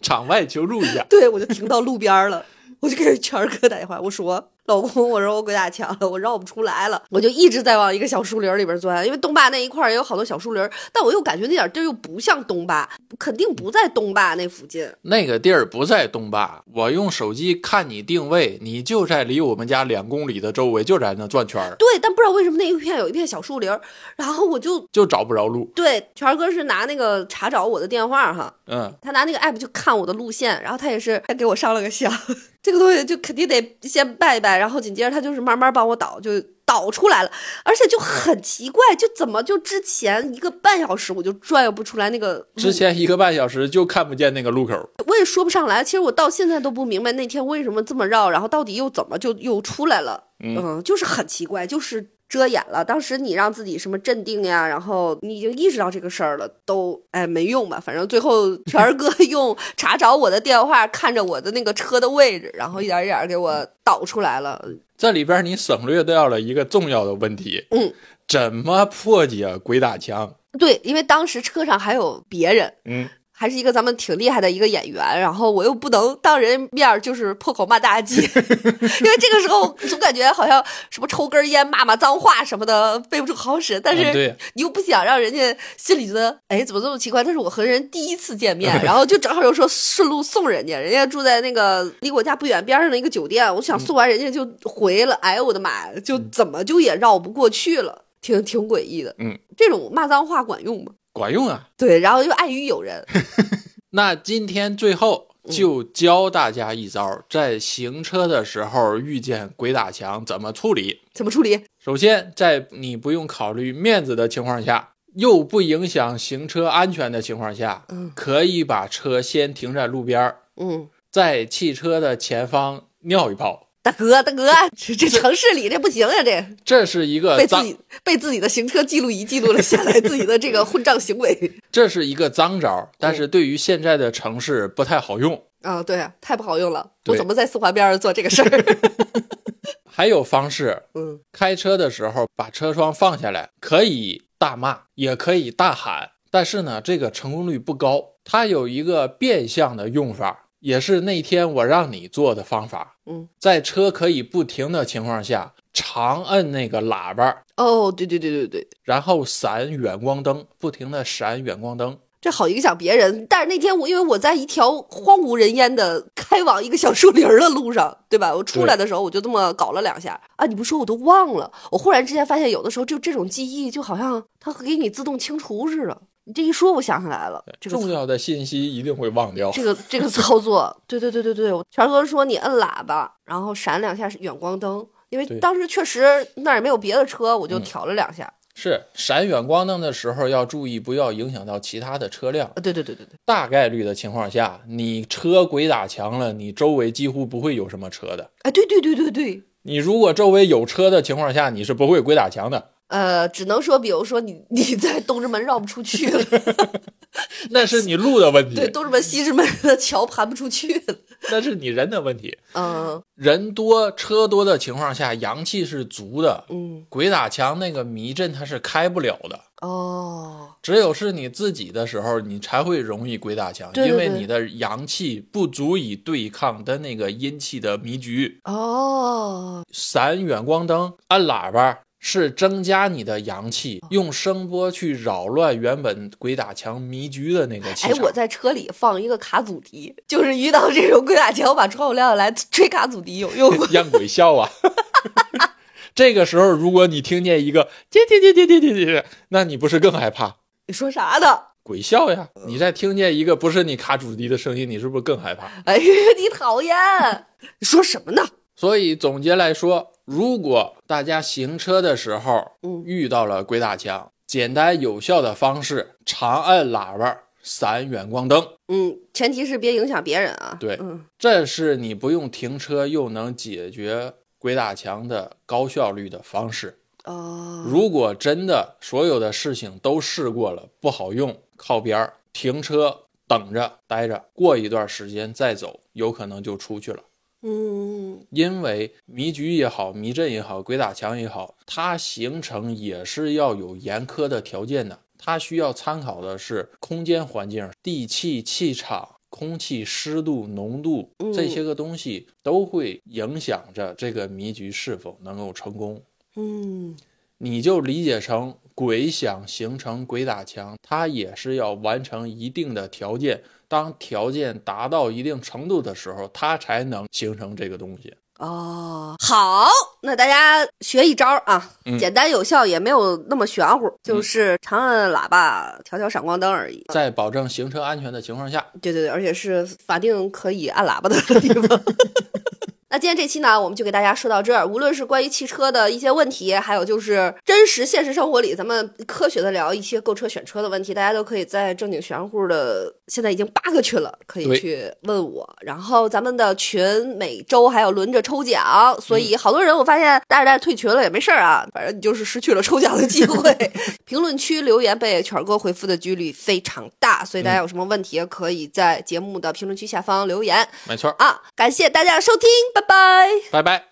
[SPEAKER 2] 场外求助一下。
[SPEAKER 1] 对我就停到路边儿了，我就给权儿哥打电话，我说老公，我说我鬼打墙了，我绕不出来了，我就一直在往一个小树林里边钻，因为东坝那一块儿也有好多小树林，但我又感觉那点地儿又不像东坝，肯定不在东坝那附近。
[SPEAKER 2] 那个地儿不在东坝，我用手机看你定位，你就在离我们家两公里的周围，就在那转圈儿，
[SPEAKER 1] 对，但不知道为什么那一片有一片小树林，然后我就
[SPEAKER 2] 就找不着路。
[SPEAKER 1] 对权儿哥是拿那个查找我的电话哈，
[SPEAKER 2] 嗯，
[SPEAKER 1] 他拿那个 app 去看我的路线，然后他也是还给我上了个香， 这个东西就肯定得先拜一拜，然后紧接着他就是慢慢帮我导，就导出来了，而且就很奇怪，就怎么就之前一个半小时我就转悠不出来那个路
[SPEAKER 2] 之前一个半小时就看不见那个路口。
[SPEAKER 1] 我也说不上来，其实我到现在都不明白那天为什么这么绕，然后到底又怎么就又出来了，
[SPEAKER 2] 嗯
[SPEAKER 1] 就是很奇怪，就是遮掩了。当时你让自己什么镇定呀，然后你已经意识到这个事儿了，都哎没用吧，反正最后全儿哥用查找我的电话，看着我的那个车的位置，然后一点一点给我导出来了。
[SPEAKER 2] 这里边你省略掉了一个重要的问题，
[SPEAKER 1] 嗯，
[SPEAKER 2] 怎么破解鬼打墙？
[SPEAKER 1] 对，因为当时车上还有别人，
[SPEAKER 2] 嗯，
[SPEAKER 1] 还是一个咱们挺厉害的一个演员，然后我又不能当人面儿就是破口骂大街，因 为这个时候总感觉好像什么抽根烟、骂骂脏话什么的背不出好使，但
[SPEAKER 2] 嗯
[SPEAKER 1] 是
[SPEAKER 2] 对
[SPEAKER 1] 你又不想让人家心里觉得，哎，怎么这么奇怪？这是我和人第一次见面，然后就正好又说顺路送人家，人家住在那个离我家不远边上的一个酒店，我想送完人家就回了，哎呦我的妈呀，就怎么就也绕不过去了，挺挺诡异的。
[SPEAKER 2] 嗯，
[SPEAKER 1] 这种骂脏话管用吗？
[SPEAKER 2] 管用啊！
[SPEAKER 1] 对，然后又碍于有人，
[SPEAKER 2] 那今天最后
[SPEAKER 1] 嗯
[SPEAKER 2] 就教大家一招，在行车的时候遇见鬼打墙怎么处理。
[SPEAKER 1] 怎么处理？
[SPEAKER 2] 首先，在你不用考虑面子的情况下，又不影响行车安全的情况下，
[SPEAKER 1] 嗯
[SPEAKER 2] 可以把车先停在路边儿，
[SPEAKER 1] 嗯，
[SPEAKER 2] 在汽车的前方尿一泡。
[SPEAKER 1] 大哥，大哥，这这城市里这不行呀、啊这
[SPEAKER 2] 这是一个
[SPEAKER 1] 被自
[SPEAKER 2] 呃脏
[SPEAKER 1] 己被自己的行车记录仪记录了下来，自己的这个混账行为
[SPEAKER 2] 这是一个脏招，但
[SPEAKER 1] 嗯
[SPEAKER 2] 是对于现在的城市不太好用。
[SPEAKER 1] 啊，对啊，太不好用了。
[SPEAKER 2] 对
[SPEAKER 1] 我怎么在四环边上做这个事 儿？
[SPEAKER 2] 还有方式，
[SPEAKER 1] 嗯，
[SPEAKER 2] 开车的时候把车窗放下来，可以大骂，也可以大喊，但是呢，这个成功率不高。它有一个变相的用法，也是那天我让你做的方法。
[SPEAKER 1] 嗯，
[SPEAKER 2] 在车可以不停的情况下，长摁那个喇叭，
[SPEAKER 1] 哦，对对对对对，
[SPEAKER 2] 然后闪远光灯，不停的闪远光灯。
[SPEAKER 1] 这好影响别人。但是那天我因为我在一条荒无人烟的开往一个小树林儿的路上，对吧？我出来的时候我就这么搞了两下啊！你不说我都忘了。我忽然之间发现，有的时候就这种记忆，就好像它会给你自动清除似的。你这一说，我想起来了，这个
[SPEAKER 2] 重要的信息一定会忘掉。
[SPEAKER 1] 这个这个操作，对对对对对，我权哥说你摁喇叭，然后闪两下是远光灯，因为
[SPEAKER 2] 对嗯
[SPEAKER 1] 当时确实那儿也没有别的车，我就调了两下。
[SPEAKER 2] 是闪远光灯的时候要注意，不要影响到其他的车辆。
[SPEAKER 1] 啊，对对对对对，
[SPEAKER 2] 大概率的情况下，你车鬼打墙了，你周围几乎不会有什么车的。
[SPEAKER 1] 哎，对对对对对，
[SPEAKER 2] 你如果周围有车的情况下，你是不会鬼打墙的。
[SPEAKER 1] 呃，只能说，比如说你 你在东直门绕不出去了，
[SPEAKER 2] 那是你路的问
[SPEAKER 1] 对，
[SPEAKER 2] 题，
[SPEAKER 1] 东直门西直门的桥盘不出去了，
[SPEAKER 2] 那是你人的问题。
[SPEAKER 1] 嗯
[SPEAKER 2] 人多车多的情况下，阳气是足的，
[SPEAKER 1] 嗯
[SPEAKER 2] 鬼打墙那个迷阵它是开不了的。
[SPEAKER 1] 哦，
[SPEAKER 2] 只有是你自己的时候，你才会容易鬼打墙，
[SPEAKER 1] 对对
[SPEAKER 2] 因为
[SPEAKER 1] 对
[SPEAKER 2] 你的阳气不足以对抗的那个阴气的迷局。
[SPEAKER 1] 哦，
[SPEAKER 2] 闪远光灯、按喇叭是增加你的阳
[SPEAKER 1] 哦
[SPEAKER 2] 气，用声波去扰乱原本鬼打墙迷局的那个气
[SPEAKER 1] 哎，
[SPEAKER 2] 场。
[SPEAKER 1] 我在车里放一个卡祖笛，就是遇到这种鬼打墙，我把窗户撂下来吹卡祖笛有用吗？
[SPEAKER 2] 让鬼笑啊！ 这个时候，如果你听见一个“接接接接接接接”，那你不是更害怕？
[SPEAKER 1] 你说啥呢？
[SPEAKER 2] 鬼笑呀！
[SPEAKER 1] 嗯
[SPEAKER 2] 你再听见一个不是你卡主题的声音，你是不是更害怕？
[SPEAKER 1] 哎 呀，你讨厌！你说什么呢？
[SPEAKER 2] 所以总结来说，如果大家行车的时候
[SPEAKER 1] 嗯
[SPEAKER 2] 遇到了鬼打墙，简单有效的方式，长按喇叭，闪远光灯，
[SPEAKER 1] 嗯，前提是别影响别人啊。
[SPEAKER 2] 对
[SPEAKER 1] 嗯，
[SPEAKER 2] 这是你不用停车又能解决鬼打墙的高效率的方式。
[SPEAKER 1] 哦，
[SPEAKER 2] 如果真的所有的事情都试过了，不好用，靠边儿停车。等着，待着，过一段时间再走，有可能就出去了。
[SPEAKER 1] 嗯，
[SPEAKER 2] 因为迷局也好，迷阵也好，鬼打墙也好，它形成也是要有严苛的条件的。它需要参考的是空间环境、地气、气场、空气湿度、浓度
[SPEAKER 1] 嗯
[SPEAKER 2] 这些个东西都会影响着这个迷局是否能够成功。
[SPEAKER 1] 嗯，
[SPEAKER 2] 你就理解成鬼想形成鬼打墙，它也是要完成一定的条件。当条件达到一定程度的时候，它才能形成这个东西。
[SPEAKER 1] 哦，好，那大家学一招啊，
[SPEAKER 2] 嗯
[SPEAKER 1] 简单有效，也没有那么玄乎，就
[SPEAKER 2] 嗯
[SPEAKER 1] 是长按喇叭，调调闪光灯而已。
[SPEAKER 2] 在保证行车安全的情况下，
[SPEAKER 1] 对对对，而且是法定可以按喇叭的地方。那今天这期呢，我们就给大家说到这儿。无论是关于汽车的一些问题，还有就是真实现实生活里咱们科学的聊一些购车选车的问题，大家都可以在正经玄乎的现在已经八个群了，可以
[SPEAKER 2] 对
[SPEAKER 1] 去问我。然后咱们的群每周还有轮着抽奖，所以好多人我发现带着带着退群了也没事儿啊，反正你就是失去了抽奖的机会。评论区留言被犬儿哥回复的几率非常大，所以大家有什么问题可以在节目的评论区下方留言
[SPEAKER 2] 没错儿，
[SPEAKER 1] 啊！感谢大家的收听，拜拜。
[SPEAKER 2] 拜拜。